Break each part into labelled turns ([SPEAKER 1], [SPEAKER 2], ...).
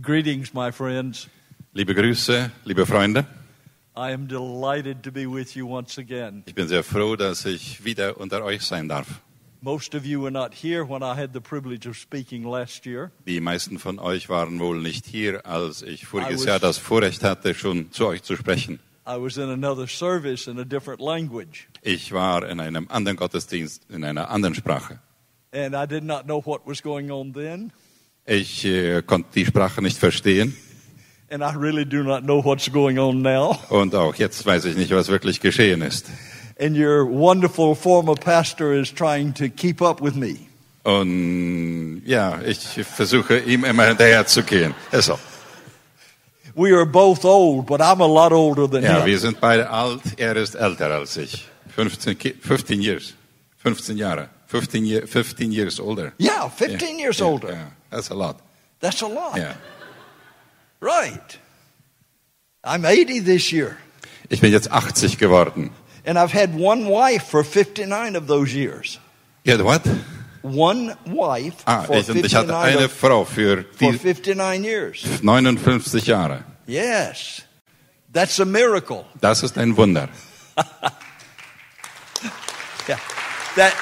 [SPEAKER 1] Greetings, my friends.
[SPEAKER 2] Liebe Grüße, liebe Freunde.
[SPEAKER 1] I am delighted to be with you once again.
[SPEAKER 2] Ich bin sehr froh, dass ich wieder unter euch sein darf.
[SPEAKER 1] Most of you were not here when I had the privilege of speaking last year.
[SPEAKER 2] Die meisten von euch waren wohl nicht hier, als
[SPEAKER 1] I
[SPEAKER 2] ich
[SPEAKER 1] was-
[SPEAKER 2] voriges Jahr das Vorrecht hatte, schon zu euch zu sprechen.
[SPEAKER 1] I was in another service in a different language,
[SPEAKER 2] Ich war in einem anderen Gottesdienst in einer anderen Sprache.
[SPEAKER 1] and I did not know what was going on then,
[SPEAKER 2] Ich äh, konnte die Sprache nicht verstehen
[SPEAKER 1] and I really do not know what's going on now.
[SPEAKER 2] und auch jetzt weiß ich nicht, was wirklich geschehen ist.
[SPEAKER 1] And your wonderful former pastor is trying to keep up with me.
[SPEAKER 2] Und ja, ich versuche ihm immer hinterher zu gehen. Also,
[SPEAKER 1] We are both old, but I'm a lot older than
[SPEAKER 2] ja,
[SPEAKER 1] him.
[SPEAKER 2] wir sind beide alt, er ist älter als ich. 15, Ki- 15 years. 15 Jahre. 15, year, 15 years older.
[SPEAKER 1] Yeah, 15 years
[SPEAKER 2] Yeah,
[SPEAKER 1] older.
[SPEAKER 2] yeah, that's a lot.
[SPEAKER 1] That's a lot.
[SPEAKER 2] Yeah.
[SPEAKER 1] Right. I'm 80 this year.
[SPEAKER 2] Ich bin jetzt 80 geworden.
[SPEAKER 1] And I've had one wife for 59 of those years.
[SPEAKER 2] Yeah, what?
[SPEAKER 1] One wife
[SPEAKER 2] Ah,
[SPEAKER 1] for,
[SPEAKER 2] ich, und ich hatte
[SPEAKER 1] 59
[SPEAKER 2] eine
[SPEAKER 1] of-
[SPEAKER 2] Frau für
[SPEAKER 1] for
[SPEAKER 2] die
[SPEAKER 1] 59 years.
[SPEAKER 2] 59 Jahre.
[SPEAKER 1] Yes. That's a miracle.
[SPEAKER 2] Das ist ein Wunder.
[SPEAKER 1] Yeah. That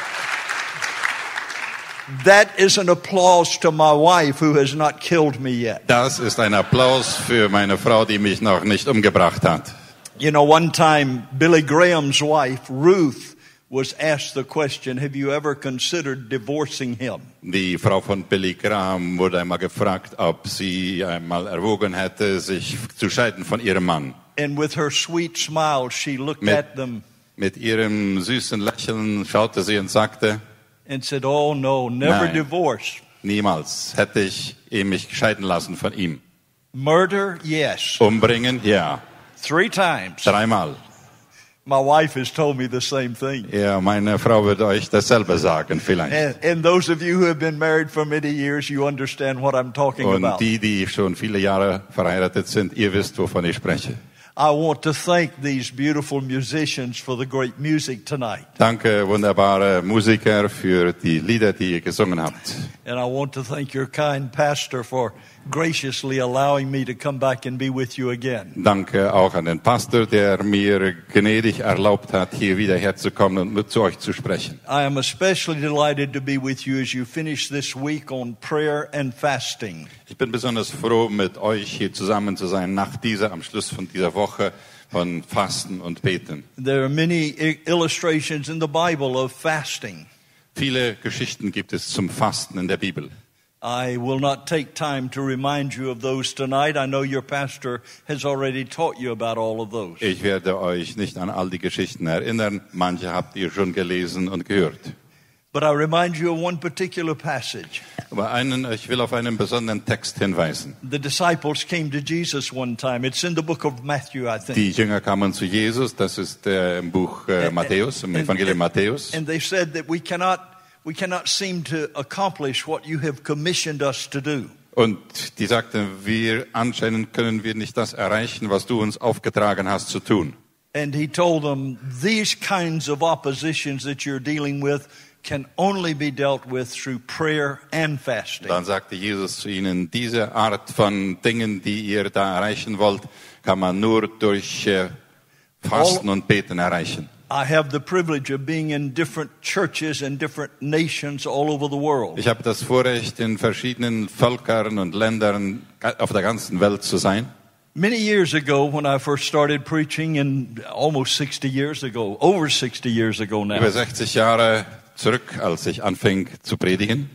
[SPEAKER 1] that is an applause to my wife who has not killed me yet.
[SPEAKER 2] Das ist ein Applaus für meine Frau, die mich noch nicht umgebracht hat.
[SPEAKER 1] You know, one time Billy Graham's wife, Ruth, was asked the question, have you ever considered divorcing him?
[SPEAKER 2] Die Frau von Billy Graham wurde einmal gefragt, ob sie einmal erwogen hätte, sich zu scheiden von ihrem Mann.
[SPEAKER 1] And with her sweet smile, she looked
[SPEAKER 2] Mit-
[SPEAKER 1] at them
[SPEAKER 2] Mit ihrem süßen Lächeln schaute sie und sagte,
[SPEAKER 1] and said, Oh, no, never
[SPEAKER 2] Nein.
[SPEAKER 1] divorce.
[SPEAKER 2] niemals hätte ich eh mich scheiden lassen von ihm.
[SPEAKER 1] Murder, yes.
[SPEAKER 2] Umbringen? Ja.
[SPEAKER 1] Three times.
[SPEAKER 2] Dreimal.
[SPEAKER 1] My wife has told me the same thing.
[SPEAKER 2] Ja, meine Frau wird euch dasselbe sagen, vielleicht.
[SPEAKER 1] And, and those of you who have been married for many years, you understand what I'm talking
[SPEAKER 2] Und
[SPEAKER 1] about.
[SPEAKER 2] die, die schon viele Jahre verheiratet sind, ihr wisst, wovon ich spreche.
[SPEAKER 1] I want to thank these beautiful musicians for the great music tonight.
[SPEAKER 2] Danke, wunderbare Musiker, für die Lieder, die ihr gesungen habt.
[SPEAKER 1] And I want to thank your kind pastor for graciously allowing me to come back and be with you again.
[SPEAKER 2] Danke auch an den Pastor, der mir gnädig erlaubt hat, hier wieder herzukommen und mit zu euch zu sprechen.
[SPEAKER 1] I am especially delighted to be with you as you finish this week on prayer and fasting.
[SPEAKER 2] Ich bin besonders froh, mit euch hier zusammen zu sein, nach dieser, am Schluss von dieser Woche von Fasten und Beten.
[SPEAKER 1] There are many i- illustrations in the Bible of fasting.
[SPEAKER 2] Viele Geschichten gibt es zum Fasten in der Bibel.
[SPEAKER 1] I will not take time to remind you of those tonight. I know your pastor has already taught you about all of those.
[SPEAKER 2] Ich werde euch nicht an all die Geschichten erinnern. Manche habt ihr schon gelesen und gehört.
[SPEAKER 1] But I remind you of one particular passage.
[SPEAKER 2] Aber einen, ich will auf einen besonderen Text hinweisen.
[SPEAKER 1] The disciples came to Jesus one time. It's in the book of Matthew, I think.
[SPEAKER 2] Die Jünger kamen zu Jesus, das ist äh, im Buch äh, Matthäus, im Evangelium Matthäus.
[SPEAKER 1] And they said that we cannot we cannot seem to accomplish what you have commissioned us to do.
[SPEAKER 2] Und die sagten, wir, anscheinend können wir nicht das erreichen, was du uns aufgetragen hast zu tun.
[SPEAKER 1] And he told them, these kinds of oppositions that you're dealing with can only be dealt with through prayer and fasting.
[SPEAKER 2] Dann sagte Jesus zu ihnen, diese Art von Dingen, die ihr da erreichen wollt, kann man nur durch äh, Fasten und Beten erreichen.
[SPEAKER 1] I have the privilege of being in different churches and different nations all over the world.
[SPEAKER 2] Ich habe das Vorrecht, in verschiedenen Völkern und Ländern ga- auf der ganzen Welt zu sein.
[SPEAKER 1] Many years ago, when I first started preaching, and almost 60 years ago, over 60 years ago
[SPEAKER 2] Über
[SPEAKER 1] now,
[SPEAKER 2] 60 Jahre zurück, als ich anfing zu predigen.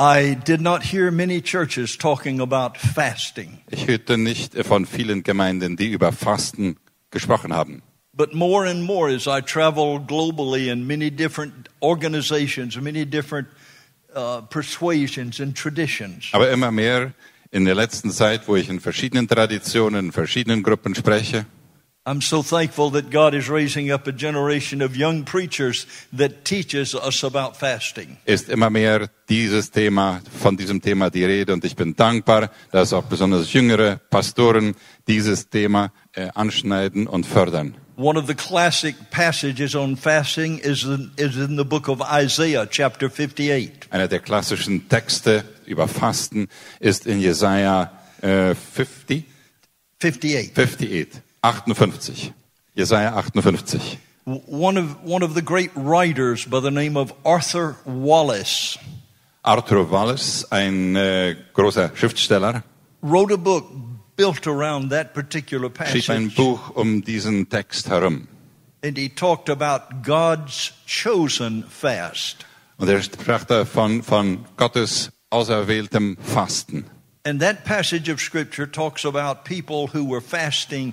[SPEAKER 1] I did not hear many churches talking about fasting,
[SPEAKER 2] Ich hörte nicht von vielen Gemeinden, die über Fasten gesprochen haben.
[SPEAKER 1] but more and more as I travel globally in many different organizations, many different uh, persuasions and traditions,
[SPEAKER 2] Aber immer mehr in der letzten Zeit, wo ich in verschiedenen Traditionen, in verschiedenen Gruppen spreche,
[SPEAKER 1] I'm so thankful that God is raising up a generation of young preachers that teaches us about fasting.
[SPEAKER 2] ist immer mehr dieses Thema, von diesem Thema die Rede. Und ich bin dankbar, dass auch besonders jüngere Pastoren dieses Thema äh, anschneiden und fördern.
[SPEAKER 1] One of the classic passages on fasting is in, is in the book of Isaiah, chapter 58.
[SPEAKER 2] Einer der klassischen Texte über Fasten ist in Jesaja äh, 50,
[SPEAKER 1] 58.
[SPEAKER 2] 58, 58. Jesaja 58.
[SPEAKER 1] W- One of, one of the great writers by the name of Arthur Wallace
[SPEAKER 2] Arthur Wallace, ein äh, großer Schriftsteller,
[SPEAKER 1] wrote a book built around that particular
[SPEAKER 2] schrieb ein
[SPEAKER 1] passage.
[SPEAKER 2] Buch um diesen Text herum.
[SPEAKER 1] And he talked about God's chosen fast.
[SPEAKER 2] Und er sprach davon von Gottes auserwähltem Fasten.
[SPEAKER 1] And that passage of Scripture talks about people who were fasting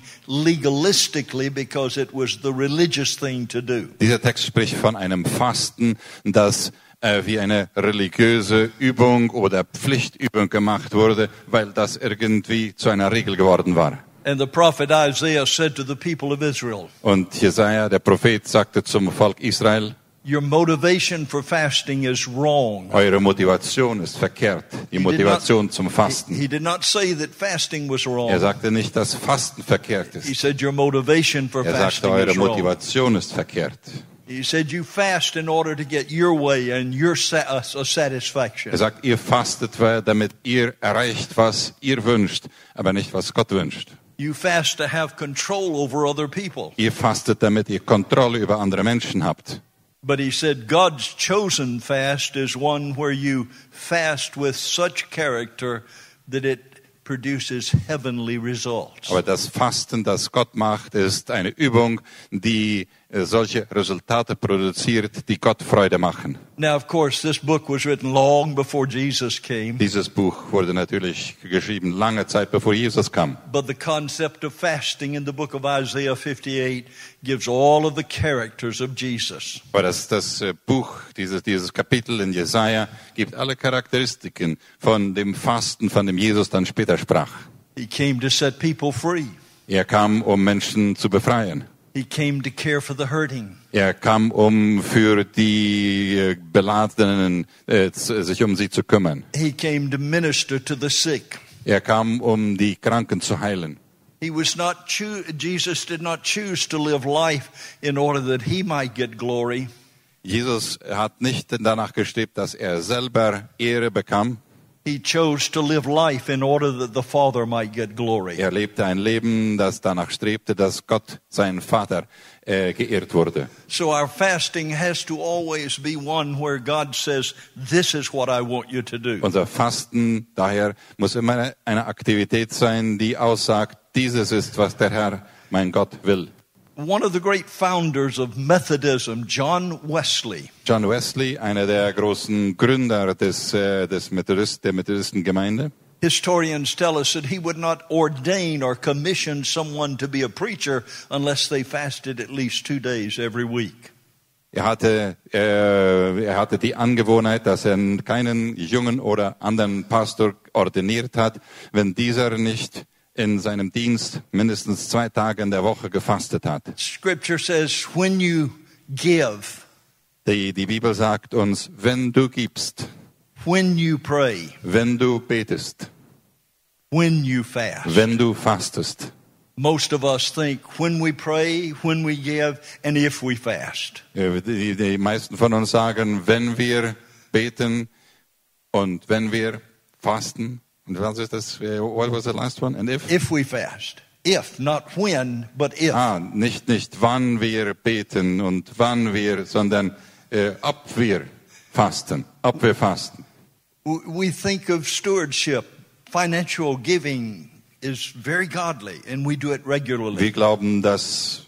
[SPEAKER 1] legalistically because it was the religious thing to do.
[SPEAKER 2] Dieser Text spricht von einem Fasten, das äh, wie eine religiöse Übung oder Pflichtübung gemacht wurde, weil das irgendwie zu einer Regel geworden war.
[SPEAKER 1] And the prophet Isaiah said to the people of Israel,
[SPEAKER 2] Und Jesaja, der Prophet, sagte zum Volk Israel,
[SPEAKER 1] Your motivation for fasting is wrong.
[SPEAKER 2] eure Motivation ist verkehrt, die
[SPEAKER 1] He did
[SPEAKER 2] Motivation
[SPEAKER 1] not-
[SPEAKER 2] zum
[SPEAKER 1] He,
[SPEAKER 2] Fasten.
[SPEAKER 1] he did not say that fasting was
[SPEAKER 2] Er
[SPEAKER 1] wrong.
[SPEAKER 2] sagte nicht, dass Fasten verkehrt
[SPEAKER 1] He
[SPEAKER 2] ist.
[SPEAKER 1] said your motivation for
[SPEAKER 2] Er sagte,
[SPEAKER 1] fasting
[SPEAKER 2] eure
[SPEAKER 1] is wrong.
[SPEAKER 2] Motivation ist verkehrt.
[SPEAKER 1] He said you fast in order to get your way and your sa- uh, uh, satisfaction.
[SPEAKER 2] Er sagt, ihr fastet, weil- damit ihr erreicht, was ihr wünscht, aber nicht, was Gott wünscht.
[SPEAKER 1] You fast to have control over other people.
[SPEAKER 2] Ihr fastet, damit ihr Kontrolle über andere Menschen habt.
[SPEAKER 1] But he said God's chosen fast is one where you fast with such character that it produces heavenly results.
[SPEAKER 2] Aber das Fasten, das Gott macht, ist eine Übung, die äh, solche Resultate produziert, die Gott Freude machen.
[SPEAKER 1] Now, of course, this book was written long before Jesus came,
[SPEAKER 2] Dieses Buch wurde natürlich geschrieben lange Zeit bevor Jesus kam.
[SPEAKER 1] but the concept of fasting in the book of Isaiah 58 gives all of the characters of Jesus.
[SPEAKER 2] Aber das, das äh, Buch, dieses, dieses Kapitel in Jesaja gibt alle Charakteristiken von dem Fasten, von dem Jesus dann später sprach.
[SPEAKER 1] He came to set people free.
[SPEAKER 2] Er kam, um Menschen zu befreien.
[SPEAKER 1] He came to care for the hurting.
[SPEAKER 2] Er kam, um für die äh, Beladenen äh, zu- sich um sie zu kümmern.
[SPEAKER 1] He came to minister to the sick.
[SPEAKER 2] Er kam, um die Kranken zu heilen.
[SPEAKER 1] He was not choo- Jesus did not choose to live life in order that he might get glory.
[SPEAKER 2] Jesus hat nicht danach gestrebt, dass er selber Ehre bekam.
[SPEAKER 1] He chose to live life in order that the Father might get glory.
[SPEAKER 2] Er lebte ein Leben, das danach strebte, dass Gott, sein Vater, äh, geehrt wurde.
[SPEAKER 1] So our fasting has to always be one where God says, This is what I want you to do.
[SPEAKER 2] Unser Fasten daher muss immer eine Aktivität sein, die aussagt, dieses ist, was der Herr, mein Gott, will.
[SPEAKER 1] One of the great founders of Methodism, John Wesley,
[SPEAKER 2] John Wesley, einer der großen Gründer des, äh, des Methodist, der Methodistengemeinde,
[SPEAKER 1] Historians tell us that he would not ordain or commission someone to be a preacher unless they fasted at least two days every week.
[SPEAKER 2] er hatte, äh, er hatte die Angewohnheit, dass er keinen jungen oder anderen Pastor ordiniert hat, wenn dieser nicht in seinem Dienst mindestens zwei Tage in der Woche gefastet hat.
[SPEAKER 1] Scripture says, when you give,
[SPEAKER 2] Die, die Bibel sagt uns, wenn du gibst,
[SPEAKER 1] when you pray,
[SPEAKER 2] wenn du betest,
[SPEAKER 1] when you fast.
[SPEAKER 2] wenn du fastest.
[SPEAKER 1] Most of us think when we pray, when we give, and if we fast.
[SPEAKER 2] Äh, Die, die meisten von uns sagen, wenn wir beten und wenn wir fasten. Und was ist das? äh, What was the last one? And if?
[SPEAKER 1] If we fast. If, not when, but if.
[SPEAKER 2] Ah, nicht, nicht wann wir beten und wann wir, sondern äh, ob wir fasten. Ob wir fasten.
[SPEAKER 1] W- We think of stewardship, financial giving is very godly, and we do it regularly.
[SPEAKER 2] Wir glauben, dass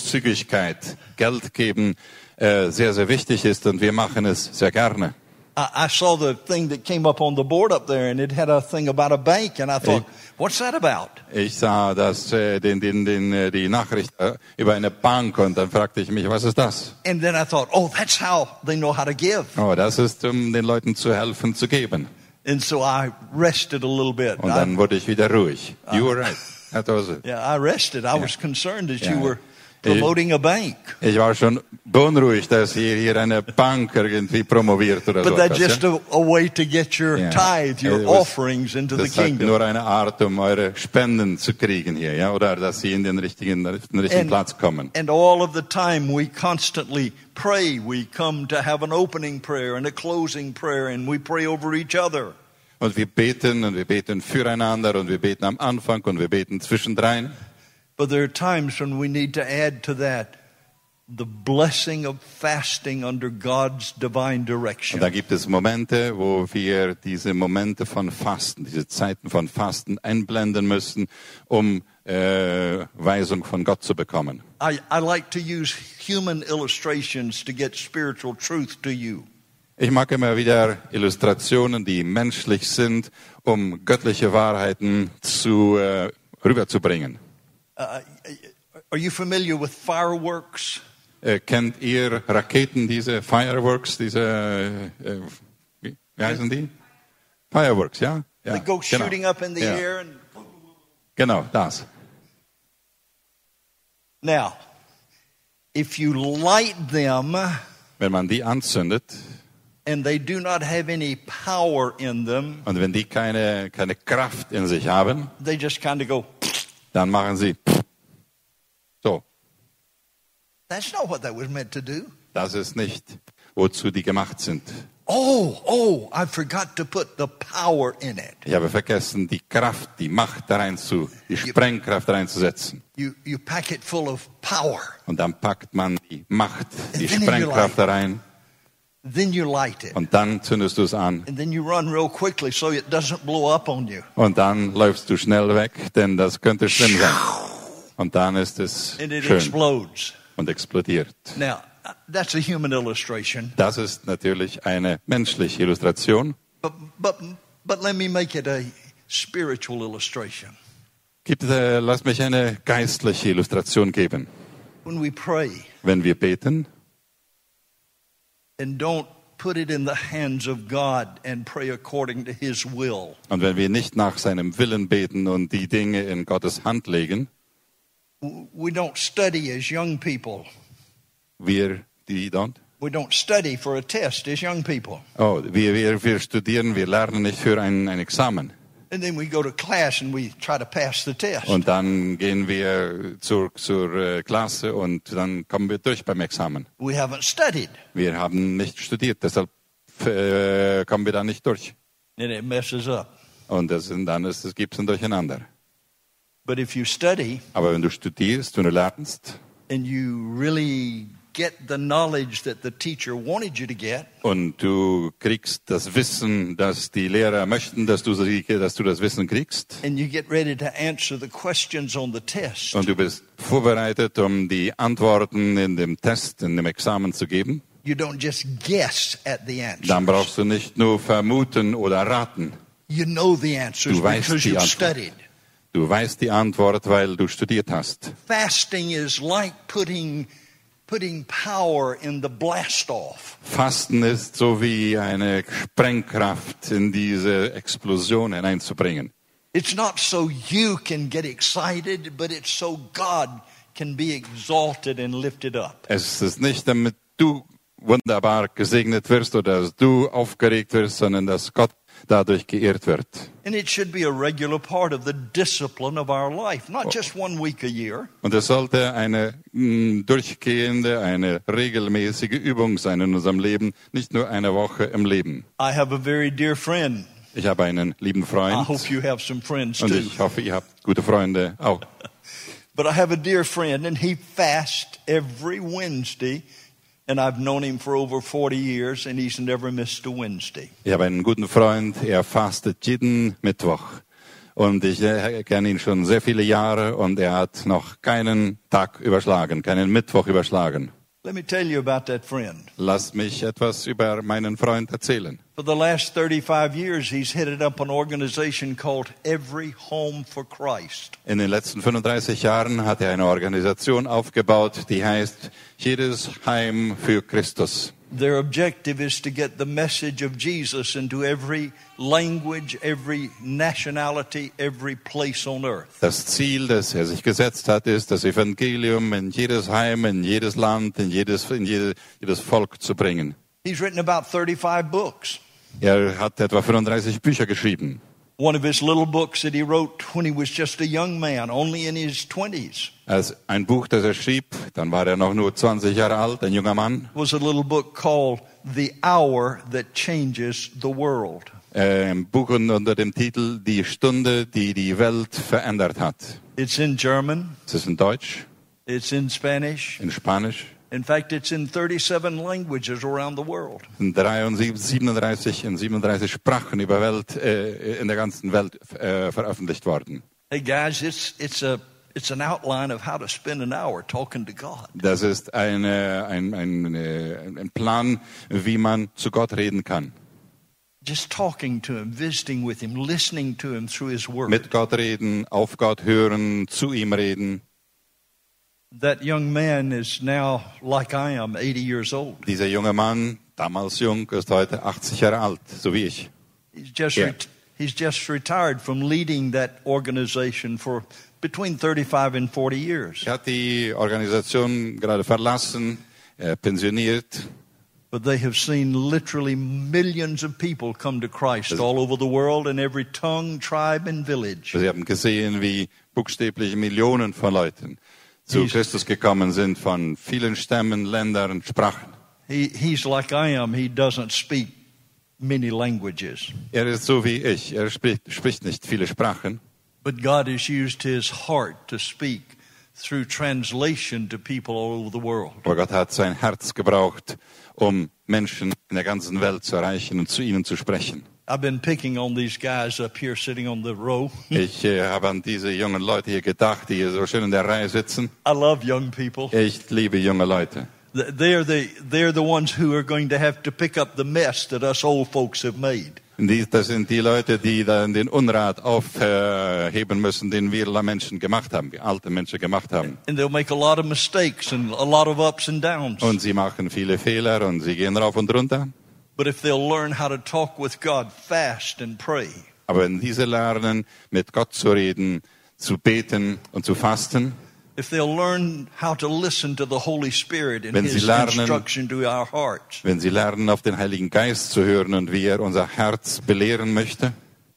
[SPEAKER 2] Großzügigkeit, Geld geben äh, sehr, sehr wichtig ist und wir machen es sehr gerne.
[SPEAKER 1] I, I saw the thing that came up on the board up there, and it had a thing about a bank, and I thought, what's that about?
[SPEAKER 2] Ich sah das, äh, den, den, den, äh, die Nachricht äh, über eine Bank und dann fragte ich mich, was ist das?
[SPEAKER 1] And then I thought, oh, that's how they know how to give.
[SPEAKER 2] Oh, das ist, um den Leuten zu helfen, zu geben.
[SPEAKER 1] And so I rested a little bit.
[SPEAKER 2] Und
[SPEAKER 1] I-
[SPEAKER 2] dann wurde ich wieder ruhig.
[SPEAKER 1] Ah.
[SPEAKER 2] You were right. That was it.
[SPEAKER 1] yeah, I rested. I was concerned that
[SPEAKER 2] Yeah.
[SPEAKER 1] you were
[SPEAKER 2] Yeah.
[SPEAKER 1] promoting a bank.
[SPEAKER 2] Ich war schon beunruhigt, dass hier, hier eine Bank irgendwie promoviert oder so.
[SPEAKER 1] But that's
[SPEAKER 2] etwas,
[SPEAKER 1] just
[SPEAKER 2] ja?
[SPEAKER 1] a, a way to get your
[SPEAKER 2] Yeah.
[SPEAKER 1] tithe, your
[SPEAKER 2] It was-
[SPEAKER 1] offerings into the
[SPEAKER 2] Das ist
[SPEAKER 1] kingdom.
[SPEAKER 2] nur eine Art, um eure Spenden zu kriegen hier, ja, oder dass sie in den richtigen, in den richtigen Platz kommen.
[SPEAKER 1] and all of the time we constantly pray. We come to have an opening prayer and a closing prayer, and we pray over each other.
[SPEAKER 2] Und wir beten und wir beten füreinander und wir beten am Anfang und wir beten zwischendrein.
[SPEAKER 1] But there are times when we need to add to that the blessing of fasting under God's divine
[SPEAKER 2] Und
[SPEAKER 1] direction.
[SPEAKER 2] da gibt es Momente, wo wir diese Momente von Fasten, diese Zeiten von Fasten einblenden müssen, um äh, Weisung von Gott zu bekommen.
[SPEAKER 1] I, I like to use human illustrations to get spiritual truth to you.
[SPEAKER 2] Ich mag immer wieder Illustrationen, die menschlich sind, um göttliche Wahrheiten zu, äh, rüberzubringen.
[SPEAKER 1] Uh, are you familiar with fireworks?
[SPEAKER 2] Äh, kennt ihr Raketen, diese Fireworks, diese, äh, wie, wie heißen die? Fireworks, ja? ja genau.
[SPEAKER 1] they go shooting up in the
[SPEAKER 2] ja,
[SPEAKER 1] air. And
[SPEAKER 2] Genau, das.
[SPEAKER 1] now, if you light them
[SPEAKER 2] Wenn man die anzündet
[SPEAKER 1] and they do not have any power in them,
[SPEAKER 2] und wenn die keine, keine Kraft in sich haben,
[SPEAKER 1] they just kind of go.
[SPEAKER 2] dann machen sie so.
[SPEAKER 1] That's not what that was meant to do.
[SPEAKER 2] Das ist nicht, wozu die gemacht sind.
[SPEAKER 1] Oh, oh, I forgot to put the power in it.
[SPEAKER 2] Ich habe vergessen, die Kraft, die Macht da rein zu, die Sprengkraft reinzusetzen.
[SPEAKER 1] You, you pack it full of power,
[SPEAKER 2] Und dann packt man die Macht, die
[SPEAKER 1] Infinity
[SPEAKER 2] Sprengkraft da rein
[SPEAKER 1] then you light it,
[SPEAKER 2] und dann zündest du es an.
[SPEAKER 1] and then you run real quickly so it doesn't blow up on you.
[SPEAKER 2] Und dann läufst du schnell weg, denn das könnte schlimm sein. Und dann ist es
[SPEAKER 1] And it
[SPEAKER 2] schön
[SPEAKER 1] explodes.
[SPEAKER 2] und explodiert.
[SPEAKER 1] Now, uh, that's a human illustration,
[SPEAKER 2] Das ist natürlich eine menschliche Illustration.
[SPEAKER 1] but, but, but let me make it a spiritual illustration.
[SPEAKER 2] Gibt, äh, lass mich eine geistliche Illustration geben.
[SPEAKER 1] When we pray,
[SPEAKER 2] Wenn wir beten,
[SPEAKER 1] and don't put it in the hands of God and pray according to His will,
[SPEAKER 2] Und wenn wir nicht nach seinem Willen beten und die Dinge in Gottes Hand legen,
[SPEAKER 1] w- we don't study as young people.
[SPEAKER 2] wir, die don't,
[SPEAKER 1] We don't study for a test as young people.
[SPEAKER 2] oh, wir, wir, wir studieren, wir lernen nicht für ein, ein Examen.
[SPEAKER 1] And then we go to class and we try to pass the test.
[SPEAKER 2] Und dann gehen wir zur, zur äh, Klasse und dann kommen wir durch beim Examen.
[SPEAKER 1] We haven't studied.
[SPEAKER 2] Wir haben nicht studiert, deshalb äh, kommen wir da nicht durch.
[SPEAKER 1] And it messes up.
[SPEAKER 2] Und das, sind- dann ist, es gibt ein Durcheinander.
[SPEAKER 1] But if you study
[SPEAKER 2] Aber wenn du studierst, wenn du lernst
[SPEAKER 1] and you really get the knowledge that the teacher wanted you to get,
[SPEAKER 2] und du kriegst das Wissen, dass die Lehrer möchten, dass du, sie, dass du das Wissen kriegst,
[SPEAKER 1] and you get ready to answer the questions on the test,
[SPEAKER 2] Und du bist vorbereitet, um die Antworten in dem Test, in dem Examen zu geben.
[SPEAKER 1] you don't just guess at the answer.
[SPEAKER 2] Dann brauchst du nicht nur vermuten oder raten.
[SPEAKER 1] You know the answers
[SPEAKER 2] Du weißt
[SPEAKER 1] because
[SPEAKER 2] die
[SPEAKER 1] you've
[SPEAKER 2] Antwort.
[SPEAKER 1] studied.
[SPEAKER 2] Du weißt die Antwort, weil du studiert hast.
[SPEAKER 1] Fasting is like putting putting power in the blast off.
[SPEAKER 2] Fasten ist so wie eine Sprengkraft in diese Explosion hineinzubringen.
[SPEAKER 1] It's not so you can get excited, but it's so God can be exalted and lifted up.
[SPEAKER 2] Es ist nicht, damit du wunderbar gesegnet wirst oder dass du aufgeregt wirst, sondern dass Gott dadurch geehrt wird.
[SPEAKER 1] And it should be a regular part of the discipline of our life, not just one week a year.
[SPEAKER 2] Und es sollte eine mh, durchgehende, eine regelmäßige Übung sein in unserem Leben, nicht nur eine Woche im Leben.
[SPEAKER 1] I have a very dear friend.
[SPEAKER 2] Ich habe einen lieben
[SPEAKER 1] I
[SPEAKER 2] Freund
[SPEAKER 1] hope you have some friends
[SPEAKER 2] und
[SPEAKER 1] too.
[SPEAKER 2] ich hoffe, ihr habt gute Freunde auch.
[SPEAKER 1] But I have a dear friend, and he fasts every Wednesday. And I've known him for over 40 years, and he's never missed a Wednesday.
[SPEAKER 2] Ich habe einen guten Freund, er fastet jeden Mittwoch. Und ich äh, kenne ihn schon sehr viele Jahre und er hat noch keinen Tag überschlagen, keinen Mittwoch überschlagen.
[SPEAKER 1] Let me tell you about that friend.
[SPEAKER 2] Lass mich etwas über meinen Freund erzählen.
[SPEAKER 1] For the last 35 years, he's headed up an organization called Every Home for Christ.
[SPEAKER 2] In den letzten 35 Jahren hat er eine Organisation aufgebaut, die heißt Jedes Heim für Christus.
[SPEAKER 1] Their objective is to get the message of Jesus into every language, every nationality, every place on earth.
[SPEAKER 2] Das Ziel, das er sich gesetzt hat, ist, das Evangelium in jedes Heim, in jedes Land, in jedes, in jede, jedes Volk zu bringen.
[SPEAKER 1] He's written about 35 books.
[SPEAKER 2] Er hat etwa 35 Bücher geschrieben.
[SPEAKER 1] One of his little books that he wrote when he was just a young man, only in his 20s,
[SPEAKER 2] Als ein Buch, das er schrieb, dann war er noch nur 20 Jahre alt, ein junger Mann.
[SPEAKER 1] was a little book called The Hour That Changes the World.
[SPEAKER 2] äh, Buch unter dem Titel Die Stunde, die die Welt verändert hat.
[SPEAKER 1] It's in German,
[SPEAKER 2] Es ist in Deutsch,
[SPEAKER 1] it's in Spanish.
[SPEAKER 2] in Spanisch,
[SPEAKER 1] In fact, it's in 37 languages around the world.
[SPEAKER 2] in 73, 37, in 37 Sprachen über Welt, äh, in der ganzen Welt äh, veröffentlicht worden.
[SPEAKER 1] Hey guys, it's it's a it's an outline of how to spend an hour talking to God.
[SPEAKER 2] Das ist eine, ein, ein, äh, ein Plan, wie man zu Gott reden kann.
[SPEAKER 1] Just talking to him, visiting with him, listening to him through his word.
[SPEAKER 2] Mit Gott reden, auf Gott hören, zu ihm reden.
[SPEAKER 1] that young man is now like I am, 80 years old.
[SPEAKER 2] Dieser junge Mann, damals jung, ist heute 80 Jahre alt, so wie ich.
[SPEAKER 1] He's just
[SPEAKER 2] Yeah.
[SPEAKER 1] ret- he's just retired from leading that organization for between 35 and 40 years.
[SPEAKER 2] Er hat die Organisation gerade verlassen, äh, pensioniert.
[SPEAKER 1] But they have seen literally millions of people come to Christ all over the world in every tongue, tribe, and village.
[SPEAKER 2] Sie haben gesehen, wie buchstäblich Millionen von Leuten zu
[SPEAKER 1] Jesus.
[SPEAKER 2] Christus gekommen sind, von vielen Stämmen, Ländern, Sprachen.
[SPEAKER 1] He, he's like I am. He doesn't speak many languages.
[SPEAKER 2] Er ist so wie ich. Er spricht, spricht nicht viele Sprachen,
[SPEAKER 1] But God has used his heart to speak through translation to people all over the world.
[SPEAKER 2] aber Gott hat sein Herz gebraucht, um Menschen in der ganzen Welt zu erreichen und zu ihnen zu sprechen.
[SPEAKER 1] I've been picking on these guys up here sitting on the row.
[SPEAKER 2] Ich äh, habe an diese jungen Leute hier gedacht, die hier so schön in der Reihe sitzen.
[SPEAKER 1] I love young people.
[SPEAKER 2] Ich liebe junge Leute.
[SPEAKER 1] Th- They're the, they're the ones who are going to have to pick up the mess that us old folks have made.
[SPEAKER 2] Und Die, das sind die Leute, die dann den Unrat aufheben müssen, den wir Menschen gemacht haben, wir alte Menschen gemacht haben.
[SPEAKER 1] And they'll make a lot of mistakes and a lot of ups and downs.
[SPEAKER 2] Und sie machen viele Fehler und sie gehen rauf und runter.
[SPEAKER 1] But if they'll learn how to talk with God fast and pray,
[SPEAKER 2] Aber wenn diese lernen, mit Gott zu reden, zu beten und zu fasten,
[SPEAKER 1] if they'll learn how to listen to the Holy Spirit and
[SPEAKER 2] Wenn sie
[SPEAKER 1] His
[SPEAKER 2] lernen-
[SPEAKER 1] instruction to our hearts,
[SPEAKER 2] wenn sie lernen, auf den Heiligen Geist zu hören und wie er unser Herz belehren möchte,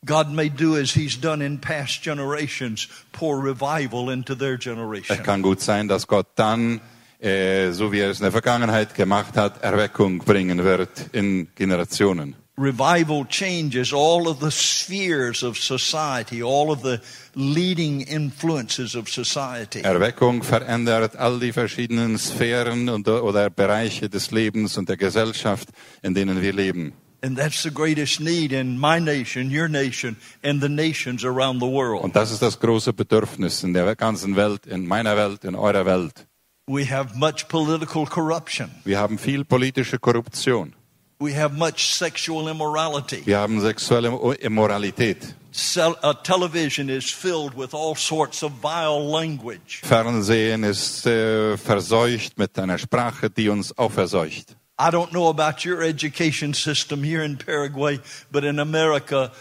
[SPEAKER 1] God may do as He's done in past generations, pour revival into their
[SPEAKER 2] es
[SPEAKER 1] generation.
[SPEAKER 2] kann gut sein, dass Gott dann, äh, so wie er es in der Vergangenheit gemacht hat, Erweckung bringen wird in Generationen.
[SPEAKER 1] Revival changes all of the spheres of society, all of the leading influences of society.
[SPEAKER 2] Erweckung verändert all die verschiedenen Sphären und, oder Bereiche des Lebens und der Gesellschaft, in denen wir leben.
[SPEAKER 1] And that's the greatest need in my nation, your nation, and the nations around the world.
[SPEAKER 2] Und das ist das große Bedürfnis in der ganzen Welt, in meiner Welt, in eurer Welt.
[SPEAKER 1] We have much political corruption.
[SPEAKER 2] Wir haben viel politische Korruption.
[SPEAKER 1] We have much sexual immorality.
[SPEAKER 2] Wir haben sexuelle Immoralität.
[SPEAKER 1] Cel- uh, television is filled with all sorts of vile language.
[SPEAKER 2] Fernsehen ist äh, verseucht mit einer Sprache, die uns auch verseucht.
[SPEAKER 1] I don't know about your education system here in Paraguay, but in America,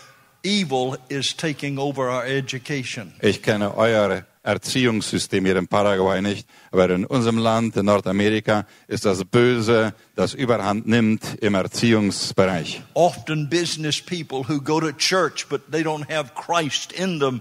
[SPEAKER 1] evil is taking over our education.
[SPEAKER 2] Ich kenne euer Erziehungssystem hier in Paraguay nicht, aber in unserem Land, in Nordamerika, ist das Böse, das Überhand nimmt im Erziehungsbereich.
[SPEAKER 1] Often, business people who go to church but they don't have Christ in them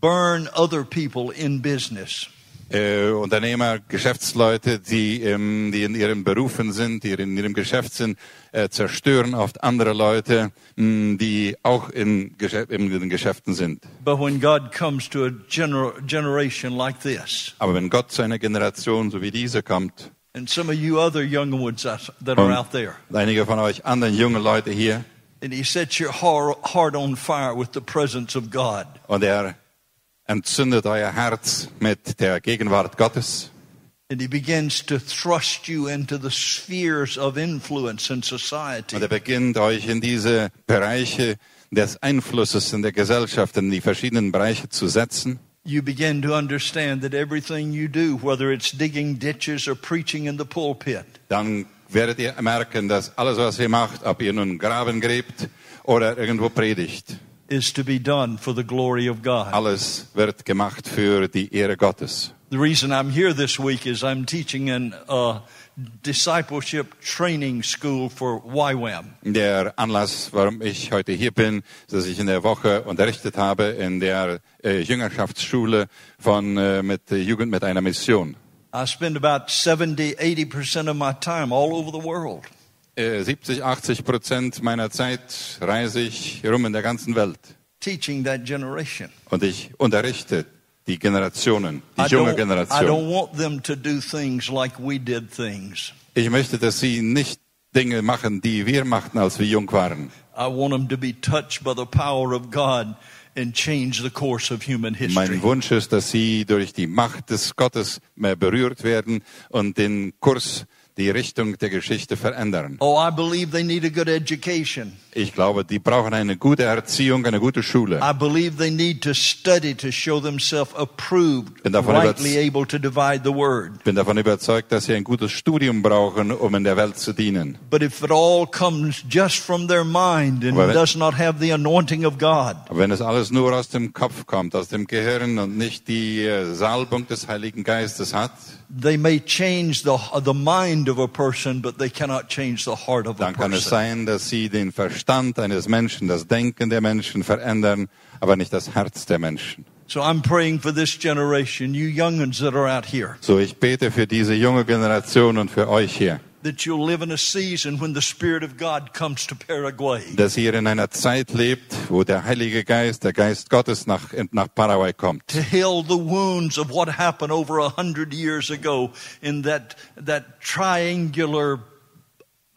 [SPEAKER 1] burn other people in business.
[SPEAKER 2] Äh, Unternehmer, Geschäftsleute, die, ähm, die in ihren Berufen sind, die in ihrem Geschäft sind, äh, zerstören oft andere Leute, mh, die auch in, Geschäft, in den Geschäften sind.
[SPEAKER 1] But when God comes to a gener- generation like this,
[SPEAKER 2] Aber wenn Gott zu einer Generation so wie diese kommt,
[SPEAKER 1] and some of you other young ones that that are out there,
[SPEAKER 2] und einige von euch anderen junge Leute hier,
[SPEAKER 1] and He sets your har- heart on fire with the presence of God,
[SPEAKER 2] Und er entzündet euer Herz mit der Gegenwart Gottes.
[SPEAKER 1] And he begins to thrust you into the spheres of influence in
[SPEAKER 2] Und
[SPEAKER 1] society.
[SPEAKER 2] er beginnt euch in diese Bereiche des Einflusses in der Gesellschaft, in die verschiedenen Bereiche zu setzen.
[SPEAKER 1] You begin to understand that everything you do, whether it's digging ditches or preaching in the pulpit,
[SPEAKER 2] Dann werdet ihr merken, dass alles, was ihr macht, ob ihr nun Graben gräbt oder irgendwo predigt,
[SPEAKER 1] is to be done for the glory of God.
[SPEAKER 2] alles wird gemacht für die Ehre Gottes.
[SPEAKER 1] The reason I'm here this week is I'm teaching in a discipleship training school for YWAM.
[SPEAKER 2] Der Anlass, warum ich heute hier bin, ist, dass ich in der Woche unterrichtet habe in der äh, Jüngerschaftsschule von, äh, mit äh, Jugend mit einer Mission.
[SPEAKER 1] I spend about 70, 80% of my time all over the world.
[SPEAKER 2] äh, 70, 80 Prozent meiner Zeit reise ich rum in der ganzen Welt
[SPEAKER 1] teaching that generation.
[SPEAKER 2] und ich unterrichte die Generationen, die
[SPEAKER 1] I
[SPEAKER 2] junge
[SPEAKER 1] don't, I
[SPEAKER 2] Generation.
[SPEAKER 1] don't want them to do things like we did things.
[SPEAKER 2] Ich möchte, dass sie nicht Dinge machen, die wir machten, als wir jung waren.
[SPEAKER 1] I want them to be touched by the power of God and change the course of human history.
[SPEAKER 2] Mein Wunsch ist, dass sie durch die Macht des Gottes mehr berührt werden und den Kurs, die Richtung der Geschichte verändern.
[SPEAKER 1] Oh, I believe they need a good education.
[SPEAKER 2] Ich glaube, die brauchen eine gute Erziehung, eine gute Schule.
[SPEAKER 1] I believe they need to study to show themselves approved,
[SPEAKER 2] Bin davon
[SPEAKER 1] rightly
[SPEAKER 2] überz-
[SPEAKER 1] able to divide the word.
[SPEAKER 2] Ich bin davon überzeugt, dass sie ein gutes Studium brauchen, um in der Welt zu dienen.
[SPEAKER 1] But if it all comes just from their mind and
[SPEAKER 2] Aber wenn-
[SPEAKER 1] does not have the anointing of God,
[SPEAKER 2] Aber wenn es alles nur aus dem Kopf kommt, aus dem Gehirn und nicht die äh, Salbung des Heiligen Geistes hat,
[SPEAKER 1] they may change the, the mind of a person, but they cannot change the heart of a
[SPEAKER 2] dann kann es
[SPEAKER 1] person.
[SPEAKER 2] sein, dass sie den Verstand eines Menschen, das Denken der Menschen verändern, aber nicht das Herz der Menschen.
[SPEAKER 1] So I'm praying for this generation, you youngins that are out here,
[SPEAKER 2] So, ich bete für diese junge Generation und für euch hier,
[SPEAKER 1] that you'll live in a season when the Spirit of God comes to Paraguay.
[SPEAKER 2] dass ihr in einer Zeit lebt, wo der Heilige Geist, der Geist Gottes nach, nach Paraguay kommt.
[SPEAKER 1] to heal the wounds of what happened over a hundred years ago in that that triangular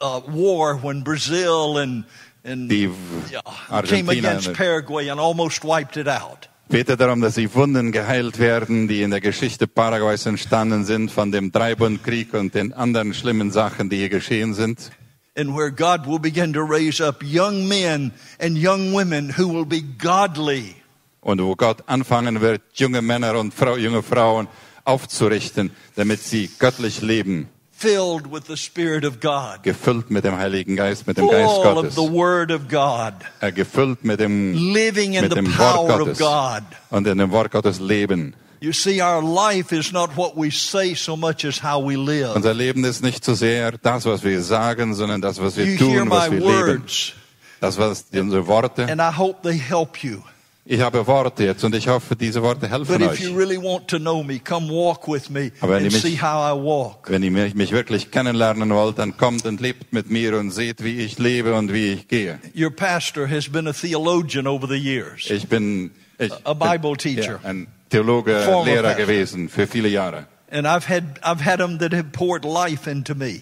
[SPEAKER 1] uh, war when Brazil and and
[SPEAKER 2] Die
[SPEAKER 1] yeah, came
[SPEAKER 2] Argentinien.
[SPEAKER 1] against Paraguay and almost wiped it out.
[SPEAKER 2] Bete darum, dass die Wunden geheilt werden, die in der Geschichte Paraguays entstanden sind, von dem Dreibundkrieg und den anderen schlimmen Sachen, die hier geschehen sind.
[SPEAKER 1] And where God will begin to raise up young men and young women who will be godly,
[SPEAKER 2] Und wo Gott anfangen wird, junge Männer und Frau, junge Frauen aufzurichten, damit sie göttlich leben,
[SPEAKER 1] filled with the Spirit of God,
[SPEAKER 2] gefüllt mit dem Heiligen Geist, mit dem Geist
[SPEAKER 1] full of
[SPEAKER 2] Gottes,
[SPEAKER 1] the Word of God,
[SPEAKER 2] äh, gefüllt mit dem,
[SPEAKER 1] living in
[SPEAKER 2] mit
[SPEAKER 1] the
[SPEAKER 2] dem Wort
[SPEAKER 1] power of
[SPEAKER 2] Gottes
[SPEAKER 1] God.
[SPEAKER 2] und in dem Wort Gottes leben.
[SPEAKER 1] You see, our life is not what we say so much as how we live.
[SPEAKER 2] Unser Leben ist nicht so sehr das, was wir sagen, sondern das, was wir
[SPEAKER 1] You hear
[SPEAKER 2] tun,
[SPEAKER 1] my
[SPEAKER 2] was wir leben.
[SPEAKER 1] words,
[SPEAKER 2] Das, was unsere Worte.
[SPEAKER 1] and I hope they help you.
[SPEAKER 2] Ich habe Worte jetzt und ich hoffe, diese Worte
[SPEAKER 1] But
[SPEAKER 2] helfen
[SPEAKER 1] if you
[SPEAKER 2] euch.
[SPEAKER 1] really want to know me, come walk with me
[SPEAKER 2] Aber wenn
[SPEAKER 1] and
[SPEAKER 2] ihr mich-
[SPEAKER 1] see how I walk.
[SPEAKER 2] Wenn ihr mich mich wirklich kennenlernen wollt, dann kommt und lebt mit mir und seht, wie ich lebe und wie ich gehe.
[SPEAKER 1] Your pastor has been a theologian over the years.
[SPEAKER 2] Ich bin ich,
[SPEAKER 1] A Bible teacher.
[SPEAKER 2] Ja, ein Theologe,
[SPEAKER 1] Former
[SPEAKER 2] Lehrer
[SPEAKER 1] pastor.
[SPEAKER 2] gewesen für viele Jahre.
[SPEAKER 1] And I've had I've had them that have poured life into me.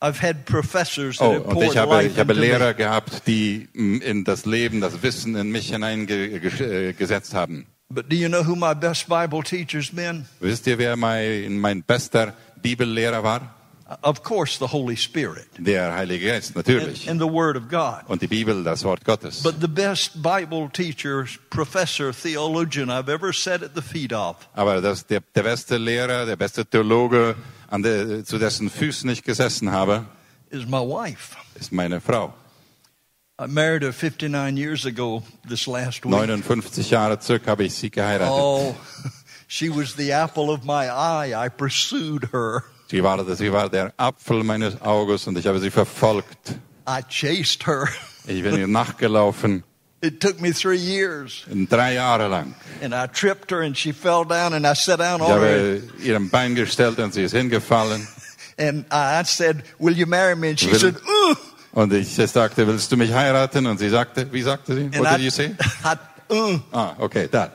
[SPEAKER 1] I've had professors that
[SPEAKER 2] Oh,
[SPEAKER 1] have
[SPEAKER 2] und
[SPEAKER 1] poured
[SPEAKER 2] ich habe,
[SPEAKER 1] life
[SPEAKER 2] ich habe
[SPEAKER 1] into
[SPEAKER 2] Lehrer
[SPEAKER 1] me.
[SPEAKER 2] gehabt, die mm, in das Leben, das Wissen in mich hineingesetzt haben.
[SPEAKER 1] But do you know who my best Bible teacher's been?
[SPEAKER 2] Wisst ihr, wer mein, mein bester Bibellehrer war?
[SPEAKER 1] Of course, the Holy Spirit
[SPEAKER 2] Der Heilige Geist,
[SPEAKER 1] and,
[SPEAKER 2] natürlich.
[SPEAKER 1] and the Word of God.
[SPEAKER 2] Und die Bibel, das Wort Gottes.
[SPEAKER 1] But the best Bible teacher, professor, theologian I've ever sat at the feet of
[SPEAKER 2] Aber dass der, der beste Lehrer, der beste Theologe, an der, zu dessen Füßen ich gesessen habe,
[SPEAKER 1] is my wife.
[SPEAKER 2] ist meine Frau.
[SPEAKER 1] I married her 59 years ago this last week.
[SPEAKER 2] 59 Jahre zurück habe ich sie geheiratet.
[SPEAKER 1] Oh, she was the apple of my eye. I pursued her.
[SPEAKER 2] Sie, war, sie war der Apfel meines Auges und ich habe sie verfolgt.
[SPEAKER 1] I chased her.
[SPEAKER 2] Ich bin ihr nachgelaufen,
[SPEAKER 1] It took me three years.
[SPEAKER 2] drei Jahre lang.
[SPEAKER 1] And I tripped her and she fell down and I sat down
[SPEAKER 2] Ich
[SPEAKER 1] on her.
[SPEAKER 2] habe ihrem Bein gestellt und sie ist hingefallen.
[SPEAKER 1] And I said, Will you marry me? And she
[SPEAKER 2] Will-
[SPEAKER 1] said, "Uh." Ugh.
[SPEAKER 2] Und ich sagte, willst du mich heiraten? Und sie sagte, wie sagte sie?
[SPEAKER 1] And
[SPEAKER 2] What
[SPEAKER 1] I,
[SPEAKER 2] did you say?
[SPEAKER 1] I, "Uh." "Ugh."
[SPEAKER 2] Ah, okay, da.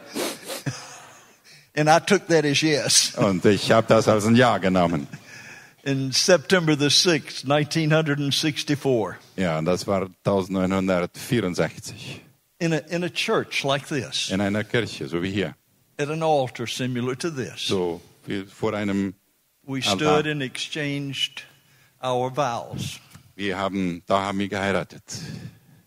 [SPEAKER 1] and I took that as yes.
[SPEAKER 2] Und ich habe das als ein Ja genommen.
[SPEAKER 1] In September the 6th, 1964.
[SPEAKER 2] Ja, und das war 1964.
[SPEAKER 1] in a, in a church like this,
[SPEAKER 2] in einer Kirche, so wie hier,
[SPEAKER 1] at an altar similar to this,
[SPEAKER 2] so wie vor einem.
[SPEAKER 1] we
[SPEAKER 2] Altar.
[SPEAKER 1] stood and exchanged our vows,
[SPEAKER 2] Wir haben, da haben wir geheiratet,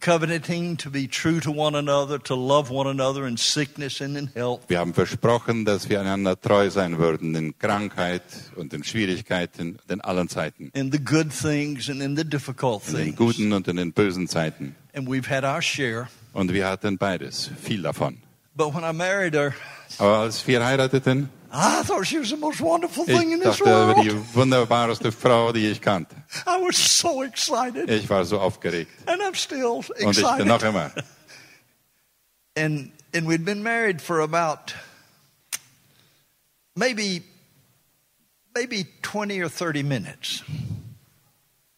[SPEAKER 1] covenanting to be true to one another, to love one another in sickness and in health,
[SPEAKER 2] wir haben versprochen, dass wir einander treu sein würden in Krankheit und in Schwierigkeiten und in allen Zeiten,
[SPEAKER 1] in the good things and in the difficult
[SPEAKER 2] in den
[SPEAKER 1] things.
[SPEAKER 2] guten und in den bösen Zeiten.
[SPEAKER 1] And we've had our share.
[SPEAKER 2] Und wir hatten beides, viel davon.
[SPEAKER 1] But when I married her,
[SPEAKER 2] Aber als wir heirateten,
[SPEAKER 1] I thought she was the most wonderful thing
[SPEAKER 2] ich
[SPEAKER 1] in this
[SPEAKER 2] dachte über
[SPEAKER 1] world.
[SPEAKER 2] die wunderbarste Frau, die ich kannte.
[SPEAKER 1] I was so excited,
[SPEAKER 2] Ich war so aufgeregt
[SPEAKER 1] and I'm still
[SPEAKER 2] und ich bin noch
[SPEAKER 1] excited.
[SPEAKER 2] immer.
[SPEAKER 1] and and we'd been married for about maybe maybe 20 or 30 minutes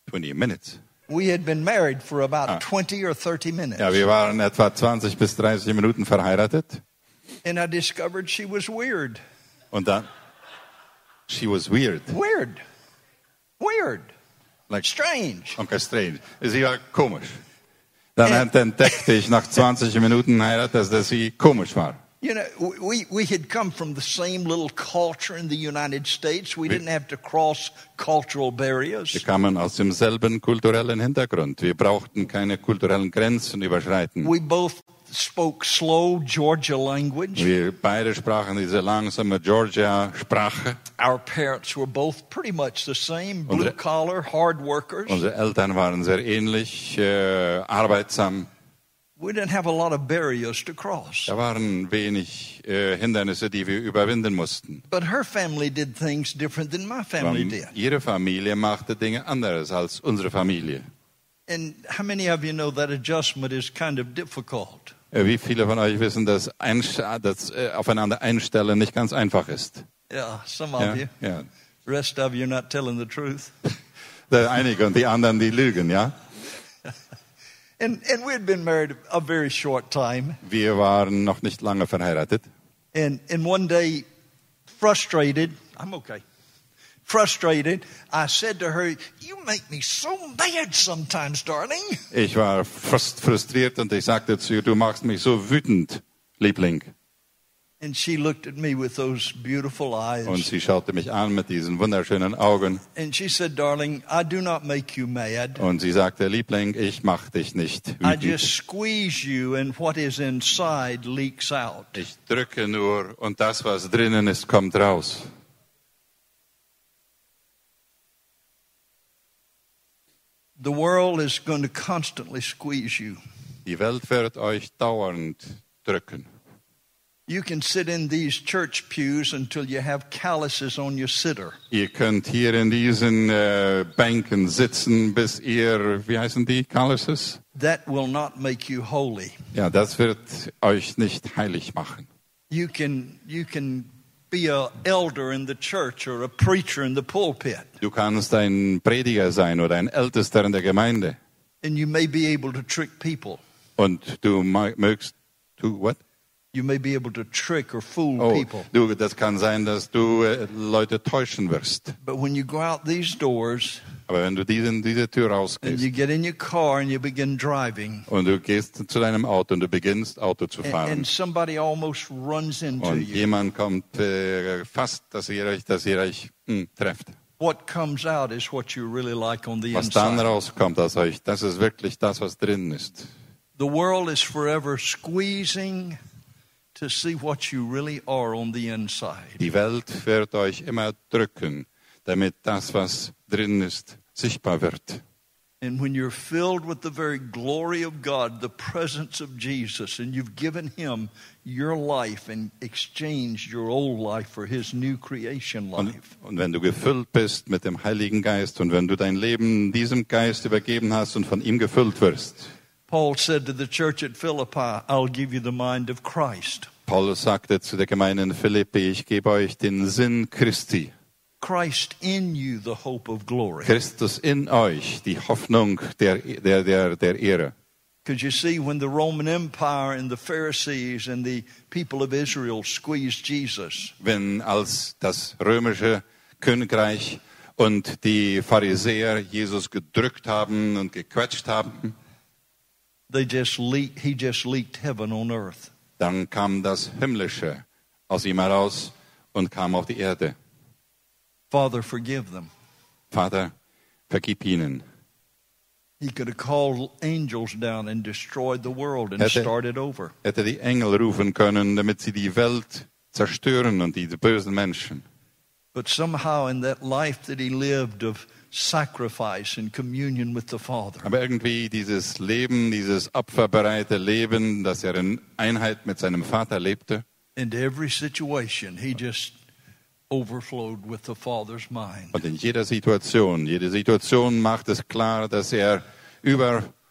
[SPEAKER 2] 20 minutes.
[SPEAKER 1] We had been married for about 20 or 30 minutes.
[SPEAKER 2] Ja, wir waren etwa 20 bis 30 Minuten verheiratet
[SPEAKER 1] And I discovered she was weird.
[SPEAKER 2] und dann, she was weird,
[SPEAKER 1] Weird. Weird.
[SPEAKER 2] like
[SPEAKER 1] Strange.
[SPEAKER 2] Onkel Strange. Sie war komisch.
[SPEAKER 1] Äh.
[SPEAKER 2] Dann entdeckte ich nach 20 Minuten Heirat, dass, dass sie komisch war.
[SPEAKER 1] You know, w- we, we had come from the same little culture in the United States. We
[SPEAKER 2] We-
[SPEAKER 1] didn't have to cross cultural
[SPEAKER 2] Wir
[SPEAKER 1] barriers.
[SPEAKER 2] kamen aus demselben kulturellen Hintergrund. Wir brauchten keine kulturellen Grenzen überschreiten.
[SPEAKER 1] We both spoke slow Georgia language.
[SPEAKER 2] Wir beide sprachen diese langsame Georgia-Sprache.
[SPEAKER 1] Our parents were both pretty much the same
[SPEAKER 2] Und-
[SPEAKER 1] blue collar, hard workers.
[SPEAKER 2] Unsere Eltern waren sehr ähnlich, äh, arbeitsam.
[SPEAKER 1] We didn't have a lot of barriers to cross.
[SPEAKER 2] Da waren wenig äh, Hindernisse, die wir überwinden mussten. Ähm,
[SPEAKER 1] But her family did things different than my family did.
[SPEAKER 2] Ihre Familie machte Dinge anderes als unsere Familie.
[SPEAKER 1] And how many of you know that adjustment is kind of difficult?
[SPEAKER 2] Äh, Wie viele von euch wissen, dass, einsch- dass äh, aufeinander einstellen nicht ganz einfach ist?
[SPEAKER 1] Yeah, some
[SPEAKER 2] Ja,
[SPEAKER 1] of you.
[SPEAKER 2] ja.
[SPEAKER 1] Rest of you are not telling the truth.
[SPEAKER 2] Der einige und die anderen, die lügen, ja?
[SPEAKER 1] And and we had been married a very short time.
[SPEAKER 2] Wir waren noch nicht lange verheiratet.
[SPEAKER 1] And and one day, frustrated, I'm okay. Frustrated, I said to her, "You make me so mad sometimes, darling."
[SPEAKER 2] Ich war frust frustriert und ich sagte zu ihr, du machst mich so wütend, Liebling.
[SPEAKER 1] And she looked at me with those beautiful eyes,
[SPEAKER 2] Und sie schaute mich an mit diesen wunderschönen Augen
[SPEAKER 1] and she said, "Darling, I do not make you mad.
[SPEAKER 2] und sie sagte, Liebling, ich mach dich nicht
[SPEAKER 1] I
[SPEAKER 2] wütend.
[SPEAKER 1] just squeeze you, and what is inside leaks out."
[SPEAKER 2] Ich drücke nur und das, was drinnen ist, kommt raus.
[SPEAKER 1] The world is going to constantly squeeze you.
[SPEAKER 2] Die Welt wird euch dauernd drücken.
[SPEAKER 1] You can sit in these church pews until you have calluses on your sitter.
[SPEAKER 2] Ihr könnt hier in diesen äh, Bänken sitzen, bis ihr, wie heißen die, Kalluses?
[SPEAKER 1] That will not make you holy.
[SPEAKER 2] Ja, das wird euch nicht heilig machen.
[SPEAKER 1] You can you can be a elder in the church or a preacher in the pulpit,
[SPEAKER 2] Du kannst ein Prediger sein oder ein Ältester in der Gemeinde
[SPEAKER 1] and you may be able to trick people.
[SPEAKER 2] und du ma- mögst, du, what?
[SPEAKER 1] You may be able to trick or fool
[SPEAKER 2] Oh,
[SPEAKER 1] people.
[SPEAKER 2] du, das kann sein, dass du äh, Leute täuschen wirst.
[SPEAKER 1] But when you go out these doors
[SPEAKER 2] Aber wenn du diesen, diese Tür
[SPEAKER 1] and
[SPEAKER 2] rausgehst
[SPEAKER 1] you get in your car and you begin driving,
[SPEAKER 2] und du gehst zu deinem Auto und du beginnst, Auto zu
[SPEAKER 1] and,
[SPEAKER 2] fahren
[SPEAKER 1] and somebody almost runs into
[SPEAKER 2] und
[SPEAKER 1] you,
[SPEAKER 2] jemand kommt äh, fast, dass ihr euch, dass ihr euch hm, trefft.
[SPEAKER 1] what comes out is what you really like on the
[SPEAKER 2] Was
[SPEAKER 1] inside.
[SPEAKER 2] dann rauskommt aus euch, das ist wirklich das, was drin ist.
[SPEAKER 1] The world is forever squeezing to see what you really are on the inside.
[SPEAKER 2] Die Welt wird euch immer drücken, damit das, was drin ist, sichtbar wird.
[SPEAKER 1] And when you're filled with the very glory of God, the presence of Jesus, and you've given Him your life and exchanged your old life for His new creation
[SPEAKER 2] Und,
[SPEAKER 1] life,
[SPEAKER 2] und wenn du gefüllt bist mit dem Heiligen Geist und wenn du dein Leben diesem Geist übergeben hast und von ihm gefüllt wirst.
[SPEAKER 1] Paul said to the church at Philippi, I'll give you the mind of Christ.
[SPEAKER 2] Paulus sagte zu der Gemeinde in Philippi, ich gebe euch den Sinn Christi.
[SPEAKER 1] Christ in you, the hope of glory.
[SPEAKER 2] Christus in euch, die Hoffnung der, der, der, der Ehre.
[SPEAKER 1] Because you see, when the Roman Empire and the Pharisees and the people of Israel squeezed Jesus,
[SPEAKER 2] Wenn als das römische Königreich und die Pharisäer Jesus gedrückt haben und gequetscht haben,
[SPEAKER 1] they just leak, he just leaked heaven on earth.
[SPEAKER 2] dann kam das Himmlische aus ihm heraus und kam auf die Erde.
[SPEAKER 1] Father, forgive them.
[SPEAKER 2] Vater, vergib ihnen.
[SPEAKER 1] He could have called angels down and destroyed the world and
[SPEAKER 2] That's it.
[SPEAKER 1] started over.
[SPEAKER 2] Hätte die Engel rufen können, damit sie die Welt zerstören und diese bösen Menschen.
[SPEAKER 1] But somehow, in that life that he lived of sacrifice and communion with the Father,
[SPEAKER 2] Aber irgendwie dieses Leben, dieses opferbereite Leben, das er in Einheit mit seinem Vater lebte,
[SPEAKER 1] in every situation, he just overflowed with the Father's mind.
[SPEAKER 2] und in jeder Situation, jede Situation macht es klar, dass er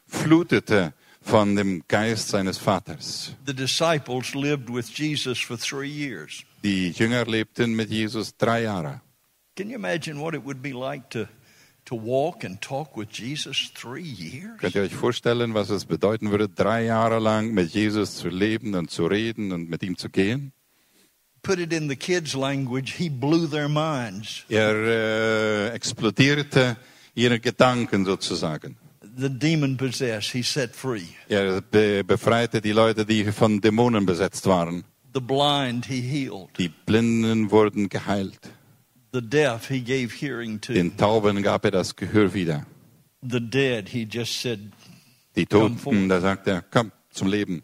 [SPEAKER 2] überflutete von dem Geist seines Vaters.
[SPEAKER 1] The disciples lived with Jesus for three years.
[SPEAKER 2] Die Jünger lebten mit Jesus drei Jahre.
[SPEAKER 1] Can you imagine what it would be like to to walk and talk with Jesus three years?
[SPEAKER 2] Könnt ihr euch vorstellen, was es bedeuten würde, drei Jahre lang mit Jesus zu leben und zu reden und mit ihm zu gehen?
[SPEAKER 1] Put it in the kids' language, he blew their minds.
[SPEAKER 2] Er äh, explodierte ihre Gedanken sozusagen.
[SPEAKER 1] The demon possessed, he set free.
[SPEAKER 2] Er be befreite die Leute, die von Dämonen besetzt waren.
[SPEAKER 1] The blind, he healed.
[SPEAKER 2] Die Blinden wurden geheilt.
[SPEAKER 1] The deaf, he gave hearing to.
[SPEAKER 2] Den Tauben gab er das Gehör wieder.
[SPEAKER 1] The dead, he just said,
[SPEAKER 2] Die Toten, da sagt er, komm zum Leben.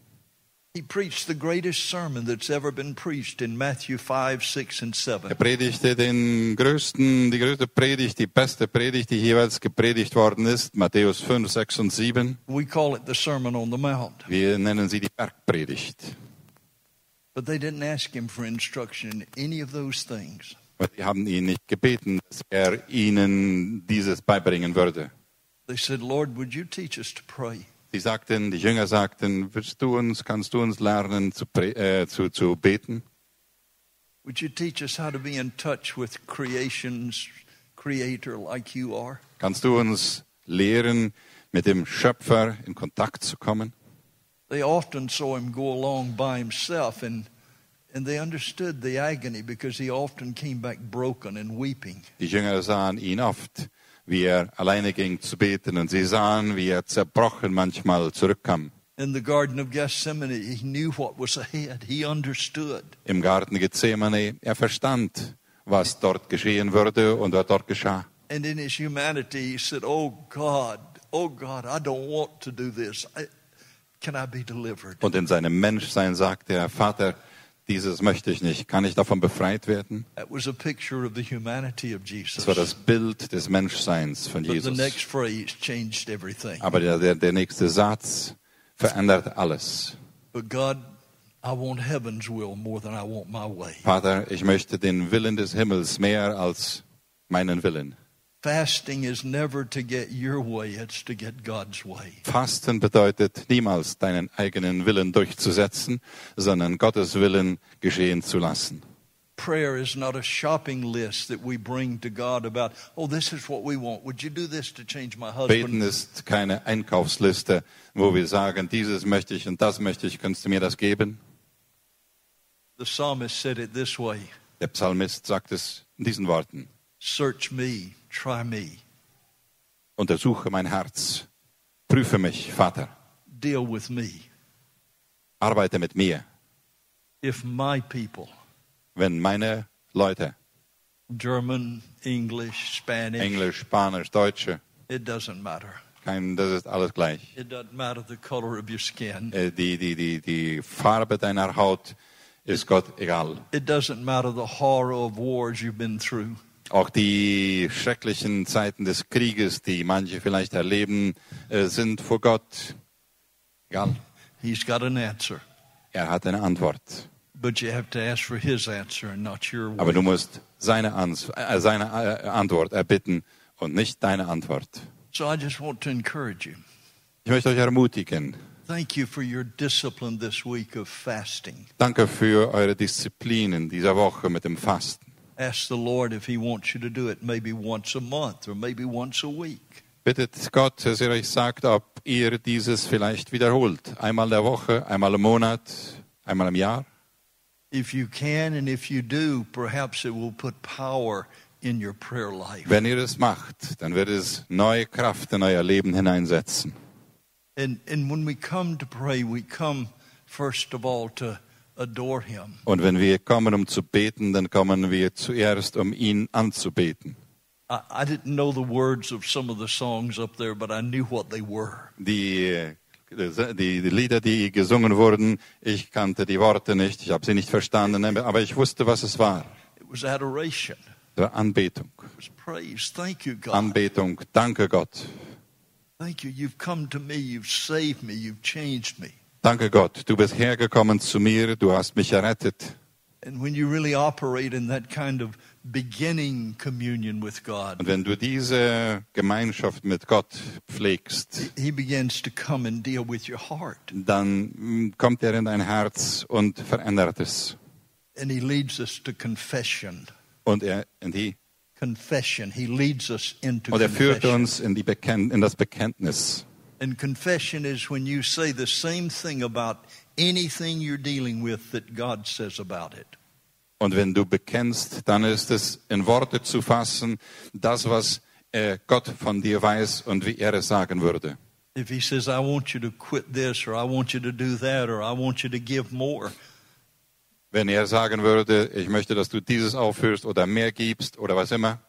[SPEAKER 1] he preached the greatest sermon that's ever been preached in Matthew 5, 6, and
[SPEAKER 2] Er
[SPEAKER 1] 7.
[SPEAKER 2] predigte den größten, die größte Predigt, die beste Predigt, die jeweils gepredigt worden ist, Matthäus 5, 6 und 7.
[SPEAKER 1] We call it the Sermon on the Mount.
[SPEAKER 2] Wir nennen sie die Bergpredigt.
[SPEAKER 1] But they didn't ask him for instruction in any of those things.
[SPEAKER 2] Weil die haben ihn nicht gebeten, dass er ihnen dieses beibringen würde.
[SPEAKER 1] They said, Lord, would you teach us to pray?
[SPEAKER 2] Sie sagten, die Jünger sagten, willst du uns, kannst du uns lernen zu, pre- äh, zu, zu beten?
[SPEAKER 1] Would you teach us how to be in touch with creation's creator like you are?
[SPEAKER 2] Kannst du uns lehren, mit dem Schöpfer in Kontakt zu kommen?
[SPEAKER 1] They often saw him go along by himself and and they understood the agony because he often came back broken and weeping.
[SPEAKER 2] Die Jünger sahen ihn oft, wie er alleine ging zu beten und sie sahen, wie er zerbrochen manchmal zurückkam.
[SPEAKER 1] In the Garden of Gethsemane, he knew what was ahead. He understood.
[SPEAKER 2] Im Garten Gethsemane, er verstand, was dort geschehen würde und was dort geschah.
[SPEAKER 1] And in his humanity, he said, Oh God, oh God, I don't want to do this. I, can I be delivered?
[SPEAKER 2] Und in seinem Menschsein sagte er, Vater, dieses möchte ich nicht. Kann ich davon befreit werden?
[SPEAKER 1] That was a picture of the humanity of Jesus.
[SPEAKER 2] Das war das Bild des Menschseins von
[SPEAKER 1] But the
[SPEAKER 2] Jesus.
[SPEAKER 1] next phrase changed everything.
[SPEAKER 2] Aber der, der, der nächste Satz verändert alles.
[SPEAKER 1] But God, I want heaven's will more than I want my way.
[SPEAKER 2] Vater, ich möchte den Willen des Himmels mehr als meinen Willen.
[SPEAKER 1] Fasting is never to get your way, it's to get God's way.
[SPEAKER 2] Fasten bedeutet niemals deinen eigenen Willen durchzusetzen, sondern Gottes Willen geschehen zu lassen.
[SPEAKER 1] Prayer is not a shopping list that we bring to God about, oh, this is what we want. Would you do this to change my
[SPEAKER 2] Beten
[SPEAKER 1] husband?
[SPEAKER 2] ist keine Einkaufsliste, wo wir sagen, dieses möchte ich und das möchte ich, kannst du mir das geben?
[SPEAKER 1] The psalmist said it this way
[SPEAKER 2] Der Psalmist sagt es in diesen Worten.
[SPEAKER 1] Search me, try me,
[SPEAKER 2] Untersuche mein Herz, prüfe mich, Vater,
[SPEAKER 1] deal with me.
[SPEAKER 2] arbeite mit mir,
[SPEAKER 1] If my people,
[SPEAKER 2] wenn meine Leute,
[SPEAKER 1] German, English, Spanish,
[SPEAKER 2] Englisch, Spanisch, Deutsche,
[SPEAKER 1] it doesn't matter.
[SPEAKER 2] kein, das ist alles gleich.
[SPEAKER 1] It doesn't matter the color of your skin.
[SPEAKER 2] Äh, die, die, die, die Farbe deiner Haut ist Gott egal.
[SPEAKER 1] It doesn't matter the horror of wars you've been through.
[SPEAKER 2] Auch die schrecklichen Zeiten des Krieges, die manche vielleicht erleben, äh, sind vor Gott egal.
[SPEAKER 1] He's got an answer.
[SPEAKER 2] Er hat eine Antwort.
[SPEAKER 1] But you have to ask for his answer and not your
[SPEAKER 2] Aber
[SPEAKER 1] way.
[SPEAKER 2] du musst seine, Ans äh, seine äh, Antwort erbitten und nicht deine Antwort.
[SPEAKER 1] So I just want to encourage you.
[SPEAKER 2] Ich möchte euch ermutigen.
[SPEAKER 1] Thank you for your discipline this week of fasting.
[SPEAKER 2] Danke für eure Disziplin in dieser Woche mit dem Fasten.
[SPEAKER 1] Ask the Lord if he wants you to do it maybe once a month or maybe once a week.
[SPEAKER 2] Bittet Gott, dass er euch sagt, ob ihr dieses vielleicht wiederholt. Einmal der Woche, einmal im Monat, einmal im Jahr.
[SPEAKER 1] If you can and if you do, perhaps it will put power in your prayer life.
[SPEAKER 2] Wenn ihr es macht, dann wird es neue Kraft in euer Leben hineinsetzen.
[SPEAKER 1] And and when we come to pray, we come first of all to adore him.
[SPEAKER 2] Und wenn wir kommen, um zu beten, dann kommen wir zuerst, um ihn anzubeten.
[SPEAKER 1] I, I didn't know the words of some of the songs up there, but I knew what they were.
[SPEAKER 2] Die, die, die Lieder, die gesungen wurden, ich kannte die Worte nicht, ich habe sie nicht verstanden, aber ich wusste, was es war.
[SPEAKER 1] It was adoration.
[SPEAKER 2] Es war Anbetung.
[SPEAKER 1] It was praise. Thank you, God.
[SPEAKER 2] Anbetung, danke Gott.
[SPEAKER 1] Thank you. You've come to me. You've saved me. You've changed me.
[SPEAKER 2] Danke Gott, du bist hergekommen zu mir, du hast mich errettet.
[SPEAKER 1] And when you really operate in that kind of beginning communion with God,
[SPEAKER 2] Und wenn du diese Gemeinschaft mit Gott pflegst,
[SPEAKER 1] He begins to come and deal with your heart.
[SPEAKER 2] dann mm, kommt er in dein Herz und verändert es.
[SPEAKER 1] And He leads us to confession.
[SPEAKER 2] Und er in die
[SPEAKER 1] confession. He leads us into
[SPEAKER 2] Und er führt
[SPEAKER 1] confession.
[SPEAKER 2] uns in, die Bekenn in das Bekenntnis.
[SPEAKER 1] And confession is when you say the same thing about anything you're dealing with that God says about it.
[SPEAKER 2] Und wenn du bekennst, dann ist es in Worte zu fassen, das, was äh, Gott von dir weiß und wie er es sagen würde.
[SPEAKER 1] If He says, I want you to quit this, or I want you to do that, or I want you to give more,
[SPEAKER 2] Wenn er sagen würde, ich möchte, dass du dieses aufhörst oder mehr gibst oder was immer,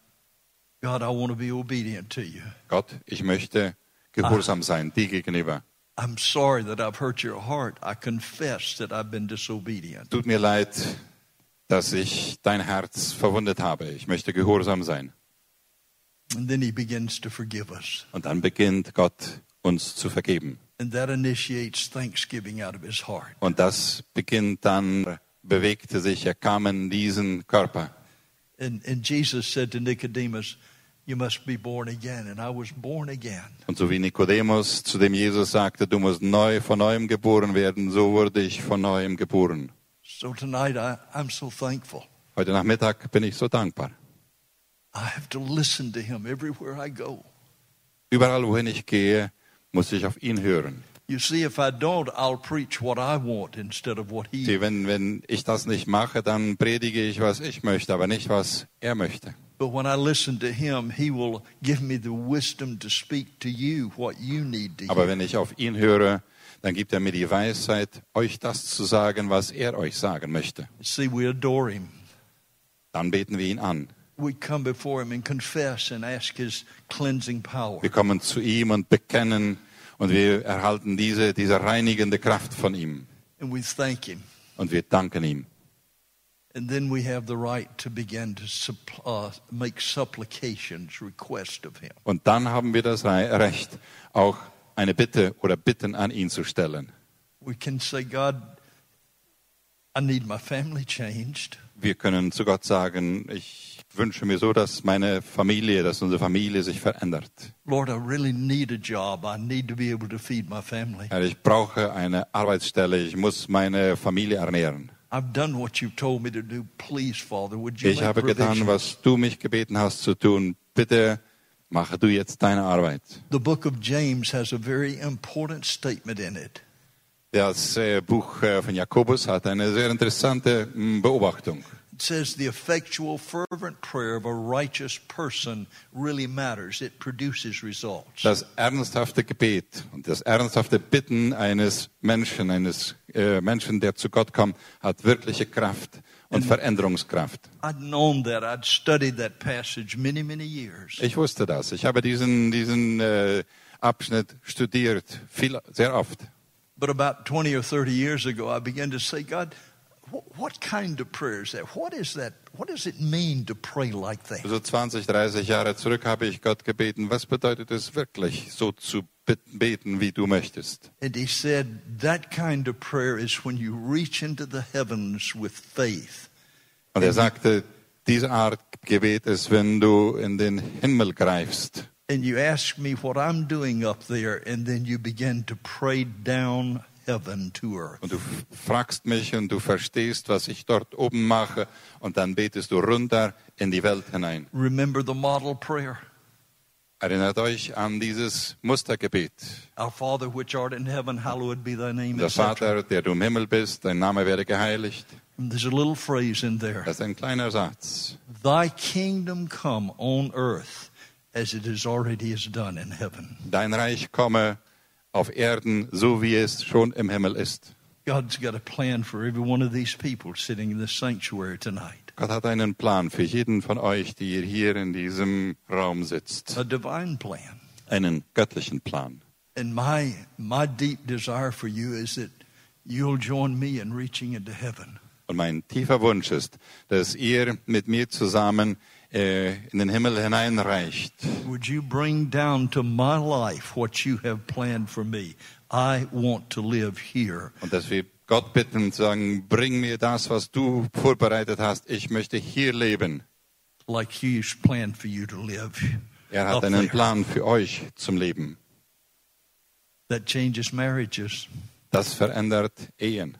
[SPEAKER 1] God, I want to be obedient to you.
[SPEAKER 2] Gott, ich möchte gehorsam sein, dir gegenüber.
[SPEAKER 1] I'm sorry that I've hurt your heart. I confess that I've been disobedient.
[SPEAKER 2] Tut mir leid, dass ich dein Herz verwundet habe. Ich möchte gehorsam sein.
[SPEAKER 1] And then He begins to forgive us.
[SPEAKER 2] Und dann beginnt Gott uns zu vergeben.
[SPEAKER 1] And that initiates thanksgiving out of His heart.
[SPEAKER 2] Und das beginnt dann, bewegte sich, er kam in diesen Körper.
[SPEAKER 1] And, and Jesus said to Nicodemus, You must be born again. And I was born again.
[SPEAKER 2] Und so wie Nikodemus, zu dem Jesus sagte, du musst neu von neuem geboren werden, so wurde ich von neuem geboren.
[SPEAKER 1] So tonight, I, I'm so thankful.
[SPEAKER 2] Heute Nachmittag bin ich so dankbar.
[SPEAKER 1] I have to listen to him everywhere I go.
[SPEAKER 2] Überall, wohin ich gehe, muss ich auf ihn hören.
[SPEAKER 1] You see, if I don't, I'll preach what I want instead of what he.
[SPEAKER 2] Sie, wenn, wenn ich das nicht mache, dann predige ich, was ich möchte, aber nicht, was er möchte.
[SPEAKER 1] But when I listen to him, he will give me the wisdom to speak to you what you need to
[SPEAKER 2] Aber
[SPEAKER 1] hear.
[SPEAKER 2] wenn ich auf ihn höre, dann gibt er mir die Weisheit, euch das zu sagen, was er euch sagen möchte.
[SPEAKER 1] See, we adore him.
[SPEAKER 2] Dann beten wir ihn an.
[SPEAKER 1] We come before him and confess and ask his cleansing power.
[SPEAKER 2] Wir kommen zu ihm und bekennen und wir erhalten diese, diese reinigende Kraft von ihm
[SPEAKER 1] And we thank him.
[SPEAKER 2] und wir danken ihm.
[SPEAKER 1] And then we have the right to begin to supp- uh, make supplications, request of him.
[SPEAKER 2] Und dann haben wir das Re- Recht, auch eine Bitte oder Bitten an ihn zu stellen.
[SPEAKER 1] We can say, God, I need my family changed.
[SPEAKER 2] Wir können zu Gott sagen, ich wünsche mir so, dass meine Familie, dass unsere Familie sich verändert.
[SPEAKER 1] Lord, I really need a job. I need to be able to feed my family.
[SPEAKER 2] Herr, ich brauche eine Arbeitsstelle, ich muss meine Familie ernähren.
[SPEAKER 1] I've done what you've told me to do. Please, Father, would you
[SPEAKER 2] Ich
[SPEAKER 1] make
[SPEAKER 2] habe getan,
[SPEAKER 1] provision?
[SPEAKER 2] was du mich gebeten hast zu tun. Bitte mache du jetzt deine Arbeit.
[SPEAKER 1] The book of James has a very important statement in it.
[SPEAKER 2] Das äh, Buch äh, von Jakobus hat eine sehr interessante mh, Beobachtung.
[SPEAKER 1] It says the effectual, fervent prayer of a righteous person really matters. It produces results.
[SPEAKER 2] Das ernsthafte Gebet und das ernsthafte Bitten eines Menschen, eines äh, Menschen, der zu Gott kommt, hat wirkliche Kraft und Veränderungskraft.
[SPEAKER 1] I'd known that. I'd studied that passage many, many years.
[SPEAKER 2] Ich wusste das. Ich habe diesen, diesen äh, Abschnitt studiert, viel, sehr oft.
[SPEAKER 1] But about 20 or 30 years ago, I began to say, God, wh- what kind of prayer is that? What is that? What does it mean to pray like that?
[SPEAKER 2] So 20, 30 Also Jahre zurück habe ich Gott gebeten, was bedeutet es wirklich, so zu bitten- beten, wie du möchtest?
[SPEAKER 1] And he said, That kind of prayer is when you reach into the heavens with faith.
[SPEAKER 2] Und er sagte, diese Art Gebet ist, wenn du in den Himmel greifst
[SPEAKER 1] And you ask me what I'm doing up there, and then you begin to pray down heaven to earth.
[SPEAKER 2] und du f- fragst mich und du verstehst, was ich dort oben mache und dann betest du runter in die Welt hinein.
[SPEAKER 1] Remember the model prayer
[SPEAKER 2] Erinnert euch an dieses Mustergebet.
[SPEAKER 1] Our Father which art in heaven, hallowed be thy name.
[SPEAKER 2] Der
[SPEAKER 1] etc.
[SPEAKER 2] Vater, der du im Himmel bist, dein Name werde geheiligt.
[SPEAKER 1] There's a little phrase in there
[SPEAKER 2] Das ist ein kleiner Satz.
[SPEAKER 1] Thy kingdom come on earth as it is already is done in heaven.
[SPEAKER 2] Dein Reich komme auf Erden, so wie es schon im Himmel ist.
[SPEAKER 1] God's got a plan for every one of these people sitting in this sanctuary tonight,
[SPEAKER 2] Gott hat einen Plan für jeden von euch, die ihr hier in diesem Raum sitzt.
[SPEAKER 1] a divine plan.
[SPEAKER 2] Einen göttlichen Plan.
[SPEAKER 1] And my my deep desire for you is that you'll join me in reaching into heaven.
[SPEAKER 2] Und mein tiefer Wunsch ist, dass ihr mit mir zusammen äh, in den Himmel hineinreicht.
[SPEAKER 1] Would you bring down to my life what you have planned for me? I want to live here.
[SPEAKER 2] Und dass wir Gott bitten und sagen, bring mir das, was du vorbereitet hast. Ich möchte hier leben.
[SPEAKER 1] like He's planned for you to live.
[SPEAKER 2] Er hat
[SPEAKER 1] up
[SPEAKER 2] einen
[SPEAKER 1] there.
[SPEAKER 2] Plan für euch zum Leben.
[SPEAKER 1] That changes marriages.
[SPEAKER 2] Das verändert Ehen,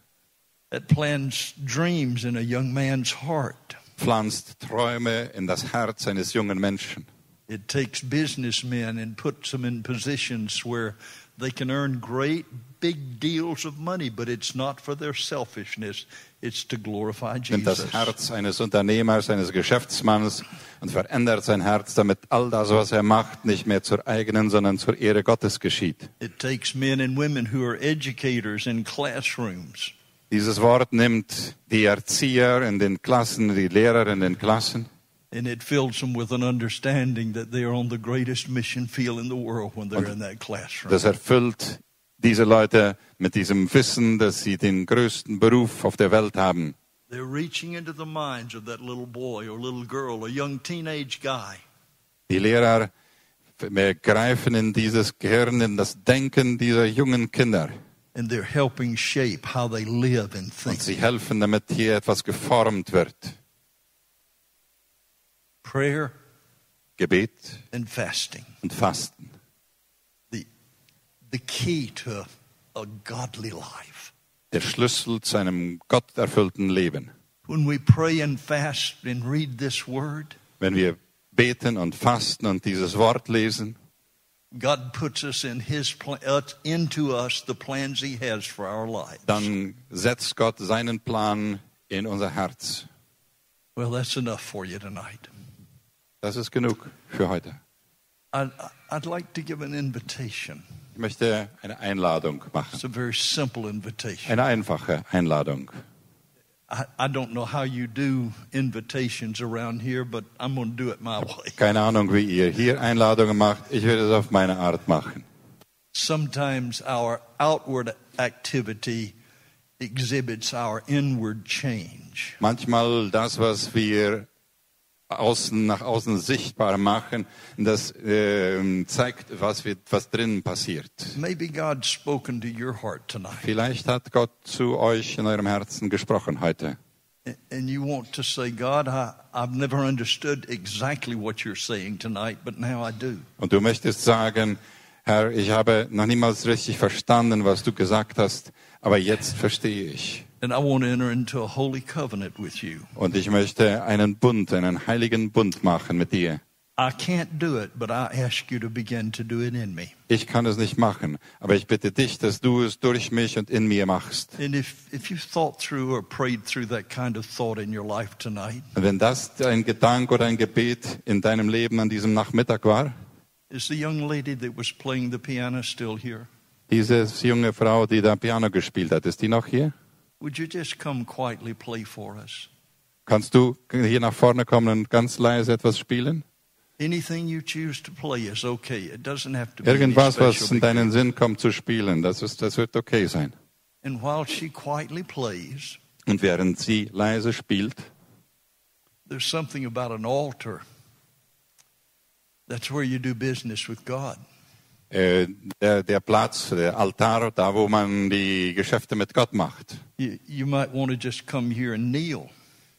[SPEAKER 1] That plans dreams in a young man's heart.
[SPEAKER 2] pflanzt Träume in das Herz eines jungen Menschen.
[SPEAKER 1] It takes businessmen and puts them in positions where they can earn great big deals of money, but it's not for their selfishness, it's to glorify Jesus.
[SPEAKER 2] Nimmt das Herz eines Unternehmers, eines Geschäftsmanns und verändert sein Herz, damit all das, was er macht, nicht mehr zur eigenen, sondern zur Ehre Gottes geschieht.
[SPEAKER 1] It takes men and women who are educators in classrooms.
[SPEAKER 2] Dieses Wort nimmt die Erzieher in den Klassen, die Lehrer in den Klassen
[SPEAKER 1] And it fills them with an understanding that they are on the greatest mission field in the world when they're in that classroom.
[SPEAKER 2] Das erfüllt diese Leute mit diesem Wissen, dass sie den größten Beruf auf der Welt haben.
[SPEAKER 1] They're reaching into the minds of that little boy or little girl, a young teenage guy.
[SPEAKER 2] Die Lehrer äh, greifen in dieses Gehirn, in das Denken dieser jungen Kinder.
[SPEAKER 1] And they're helping shape how they live and
[SPEAKER 2] Und
[SPEAKER 1] think.
[SPEAKER 2] sie helfen, damit hier etwas geformt wird.
[SPEAKER 1] Prayer
[SPEAKER 2] Gebet
[SPEAKER 1] and fasting.
[SPEAKER 2] und Fasten.
[SPEAKER 1] The key to a godly life.
[SPEAKER 2] Der Schlüssel zu einem gotterfüllten Leben.
[SPEAKER 1] When we pray and fast and read this word,
[SPEAKER 2] Wenn wir beten und fasten und dieses Wort lesen,
[SPEAKER 1] God puts us in His pl- uh, into us the plans He has for our lives.
[SPEAKER 2] dann setzt Gott seinen Plan in unser Herz.
[SPEAKER 1] Well, that's enough for you tonight.
[SPEAKER 2] Das ist genug für heute.
[SPEAKER 1] I'd, I'd like to give an invitation.
[SPEAKER 2] Ich möchte eine Einladung machen.
[SPEAKER 1] It's a very simple invitation.
[SPEAKER 2] Eine einfache Einladung.
[SPEAKER 1] I, I don't know how you do invitations around here, but I'm going to do it my way.
[SPEAKER 2] Keine Ahnung, wie ihr hier Einladungen macht. Ich werde es auf meine Art machen.
[SPEAKER 1] Sometimes our outward activity exhibits our inward change.
[SPEAKER 2] Manchmal das, was wir außen, nach außen sichtbar machen, das ähm, zeigt, was, wir, was drinnen passiert.
[SPEAKER 1] Maybe God's spoken to your heart tonight,
[SPEAKER 2] Vielleicht hat Gott zu euch in eurem Herzen gesprochen heute.
[SPEAKER 1] a- and you want to say, God, I, I've never understood exactly what you're saying tonight, but now I do.
[SPEAKER 2] Und du möchtest sagen, Herr, ich habe noch niemals richtig verstanden, was du gesagt hast, aber jetzt verstehe ich.
[SPEAKER 1] And I want to enter into a holy covenant with you.
[SPEAKER 2] Und ich möchte einen Bund, einen heiligen Bund machen mit dir.
[SPEAKER 1] I can't do it, but I ask you to begin to do it in me.
[SPEAKER 2] Ich kann es nicht machen, aber ich bitte dich, dass du es durch mich und in mir machst.
[SPEAKER 1] And if, if you've thought through or prayed through that kind of thought in your life tonight,
[SPEAKER 2] Und wenn das ein Gedanke oder ein Gebet in deinem Leben an diesem Nachmittag war,
[SPEAKER 1] is the young lady that was playing the piano still here?
[SPEAKER 2] diese junge Frau, die da Piano gespielt hat, ist die noch hier?
[SPEAKER 1] Would you just come quietly play for us?
[SPEAKER 2] Kannst du hier nach vorne kommen und ganz leise etwas spielen?
[SPEAKER 1] Anything you choose to play is okay. It doesn't have to be any
[SPEAKER 2] Irgendwas, was
[SPEAKER 1] special
[SPEAKER 2] in deinen
[SPEAKER 1] big-
[SPEAKER 2] Sinn kommt zu spielen, das, ist, das wird okay sein.
[SPEAKER 1] And while she quietly plays,
[SPEAKER 2] Und während sie leise spielt,
[SPEAKER 1] there's something about an altar. That's where you do business with God.
[SPEAKER 2] äh, der, der Platz, der Altar, da wo man die Geschäfte mit Gott macht.
[SPEAKER 1] You, you might want to just come here and kneel.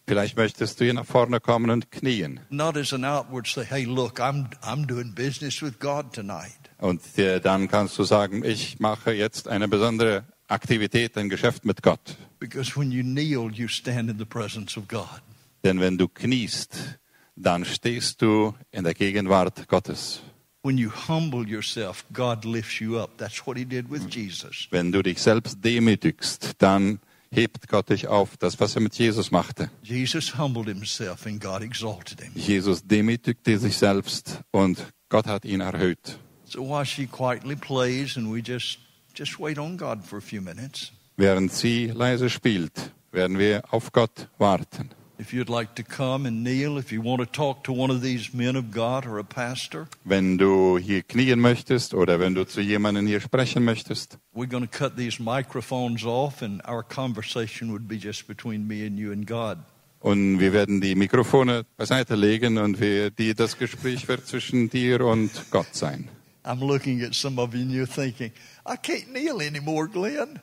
[SPEAKER 2] Vielleicht möchtest du hier nach vorne kommen und knien
[SPEAKER 1] Not as an outward say, hey, look, I'm, I'm doing business with God tonight.
[SPEAKER 2] und äh, dann kannst du sagen, ich mache jetzt eine besondere Aktivität, ein Geschäft mit Gott.
[SPEAKER 1] Because when you kneel, you stand in the presence of God.
[SPEAKER 2] Denn wenn du kniest, dann stehst du in der Gegenwart Gottes.
[SPEAKER 1] When you humble yourself, God lifts you up. That's what he did
[SPEAKER 2] Mm.
[SPEAKER 1] with Jesus.
[SPEAKER 2] Wenn du dich selbst demütigst, dann hebt Gott dich auf, das was er mit Jesus machte.
[SPEAKER 1] Jesus humbled himself and God exalted him.
[SPEAKER 2] Jesus demütigte sich selbst und Gott hat ihn erhöht.
[SPEAKER 1] So while she quietly plays and we just just wait on God for a few minutes.
[SPEAKER 2] Während sie leise spielt, werden wir auf Gott warten.
[SPEAKER 1] If you'd like to come and kneel, if you want to talk to one of these men of God or a pastor,
[SPEAKER 2] Wenn du hier knien möchtest oder wenn du zu jemandem hier sprechen möchtest,
[SPEAKER 1] we're going to cut these microphones off and our conversation would be just between me and you and God.
[SPEAKER 2] und wir werden die Mikrofone beiseite legen und wir, die, das Gespräch wird zwischen dir und Gott sein.
[SPEAKER 1] I'm looking at some of you and you're thinking, I can't kneel anymore, Glenn.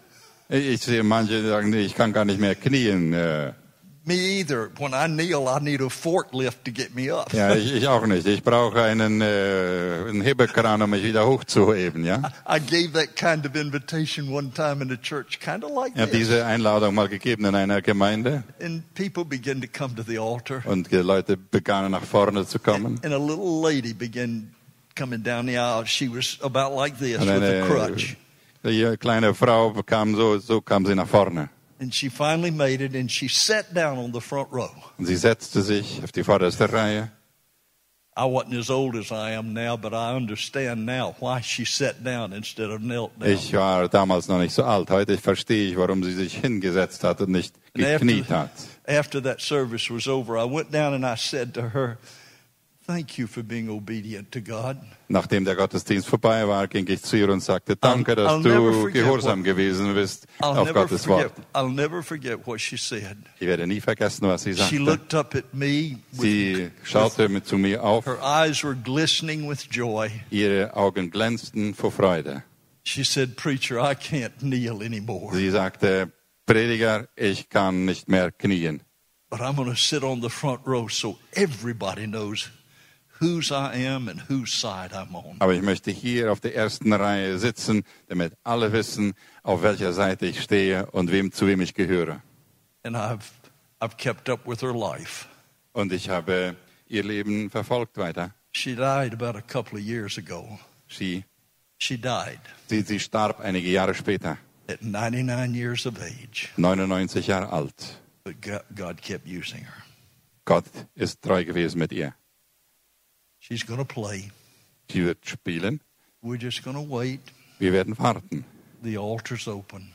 [SPEAKER 2] Ich sehe manche die sagen, nee, ich kann gar nicht mehr knien. äh,
[SPEAKER 1] me either. When I kneel, I need a forklift to get me up.
[SPEAKER 2] Ja, ich, ich auch nicht. Ich brauche einen, äh, einen Hebekran, um mich wieder hochzuheben, ja?
[SPEAKER 1] I gave that kind of invitation one time in a church, kind of like
[SPEAKER 2] Ich habe
[SPEAKER 1] this.
[SPEAKER 2] diese Einladung mal gegeben in einer Gemeinde
[SPEAKER 1] And people began to come to the altar.
[SPEAKER 2] und die Leute begannen nach vorne zu kommen.
[SPEAKER 1] And a little lady began coming down the aisle. She was about like this with
[SPEAKER 2] Und
[SPEAKER 1] a
[SPEAKER 2] eine
[SPEAKER 1] crutch.
[SPEAKER 2] die kleine Frau kam so, so kam sie nach vorne.
[SPEAKER 1] And she finally made it and she sat down on the front row.
[SPEAKER 2] Und sie setzte sich auf die vorderste Reihe.
[SPEAKER 1] I wasn't as old as I am now, but I understand now why she sat down instead of knelt down.
[SPEAKER 2] Ich war damals noch nicht so alt. Heute verstehe ich, warum sie sich hingesetzt hat und nicht
[SPEAKER 1] And after-
[SPEAKER 2] gekniet hat.
[SPEAKER 1] After that service was over, I went down and I said to her, Thank you for being obedient to God.
[SPEAKER 2] Nachdem der Gottesdienst vorbei war, ging ich zu ihr und sagte, danke, dass
[SPEAKER 1] I'll never
[SPEAKER 2] du
[SPEAKER 1] forget
[SPEAKER 2] gehorsam gewesen bist
[SPEAKER 1] I'll,
[SPEAKER 2] auf
[SPEAKER 1] never
[SPEAKER 2] Gottes Wort.
[SPEAKER 1] forget, I'll never forget what she said.
[SPEAKER 2] Ich werde nie vergessen, was sie
[SPEAKER 1] She
[SPEAKER 2] sagte.
[SPEAKER 1] looked up at me. With,
[SPEAKER 2] Sie schaute mit zu mir auf,
[SPEAKER 1] her eyes were glistening with joy.
[SPEAKER 2] ihre Augen glänzten vor Freude.
[SPEAKER 1] She said, Preacher, I can't kneel anymore,
[SPEAKER 2] Sie sagte, Prediger, ich kann nicht mehr knien.
[SPEAKER 1] but I'm going to sit on the front row so everybody knows whose I am and whose side I'm on.
[SPEAKER 2] Aber ich möchte hier auf der ersten Reihe sitzen, damit alle wissen, auf welcher Seite ich stehe und wem zu wem ich gehöre.
[SPEAKER 1] And I've, I've kept up with her life.
[SPEAKER 2] Und ich habe ihr Leben verfolgt weiter.
[SPEAKER 1] She died about a couple of years ago.
[SPEAKER 2] Sie,
[SPEAKER 1] She died.
[SPEAKER 2] sie, sie starb einige Jahre später,
[SPEAKER 1] at 99 years of age,
[SPEAKER 2] 99 Jahre alt.
[SPEAKER 1] but Go- God kept using her.
[SPEAKER 2] Gott ist treu gewesen mit ihr.
[SPEAKER 1] She's going to play.
[SPEAKER 2] Sie wird spielen,
[SPEAKER 1] We're just going to wait.
[SPEAKER 2] wir werden warten.
[SPEAKER 1] The altar's open.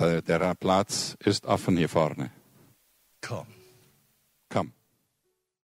[SPEAKER 2] Der der Platz ist offen hier vorne.
[SPEAKER 1] Come.
[SPEAKER 2] Komm.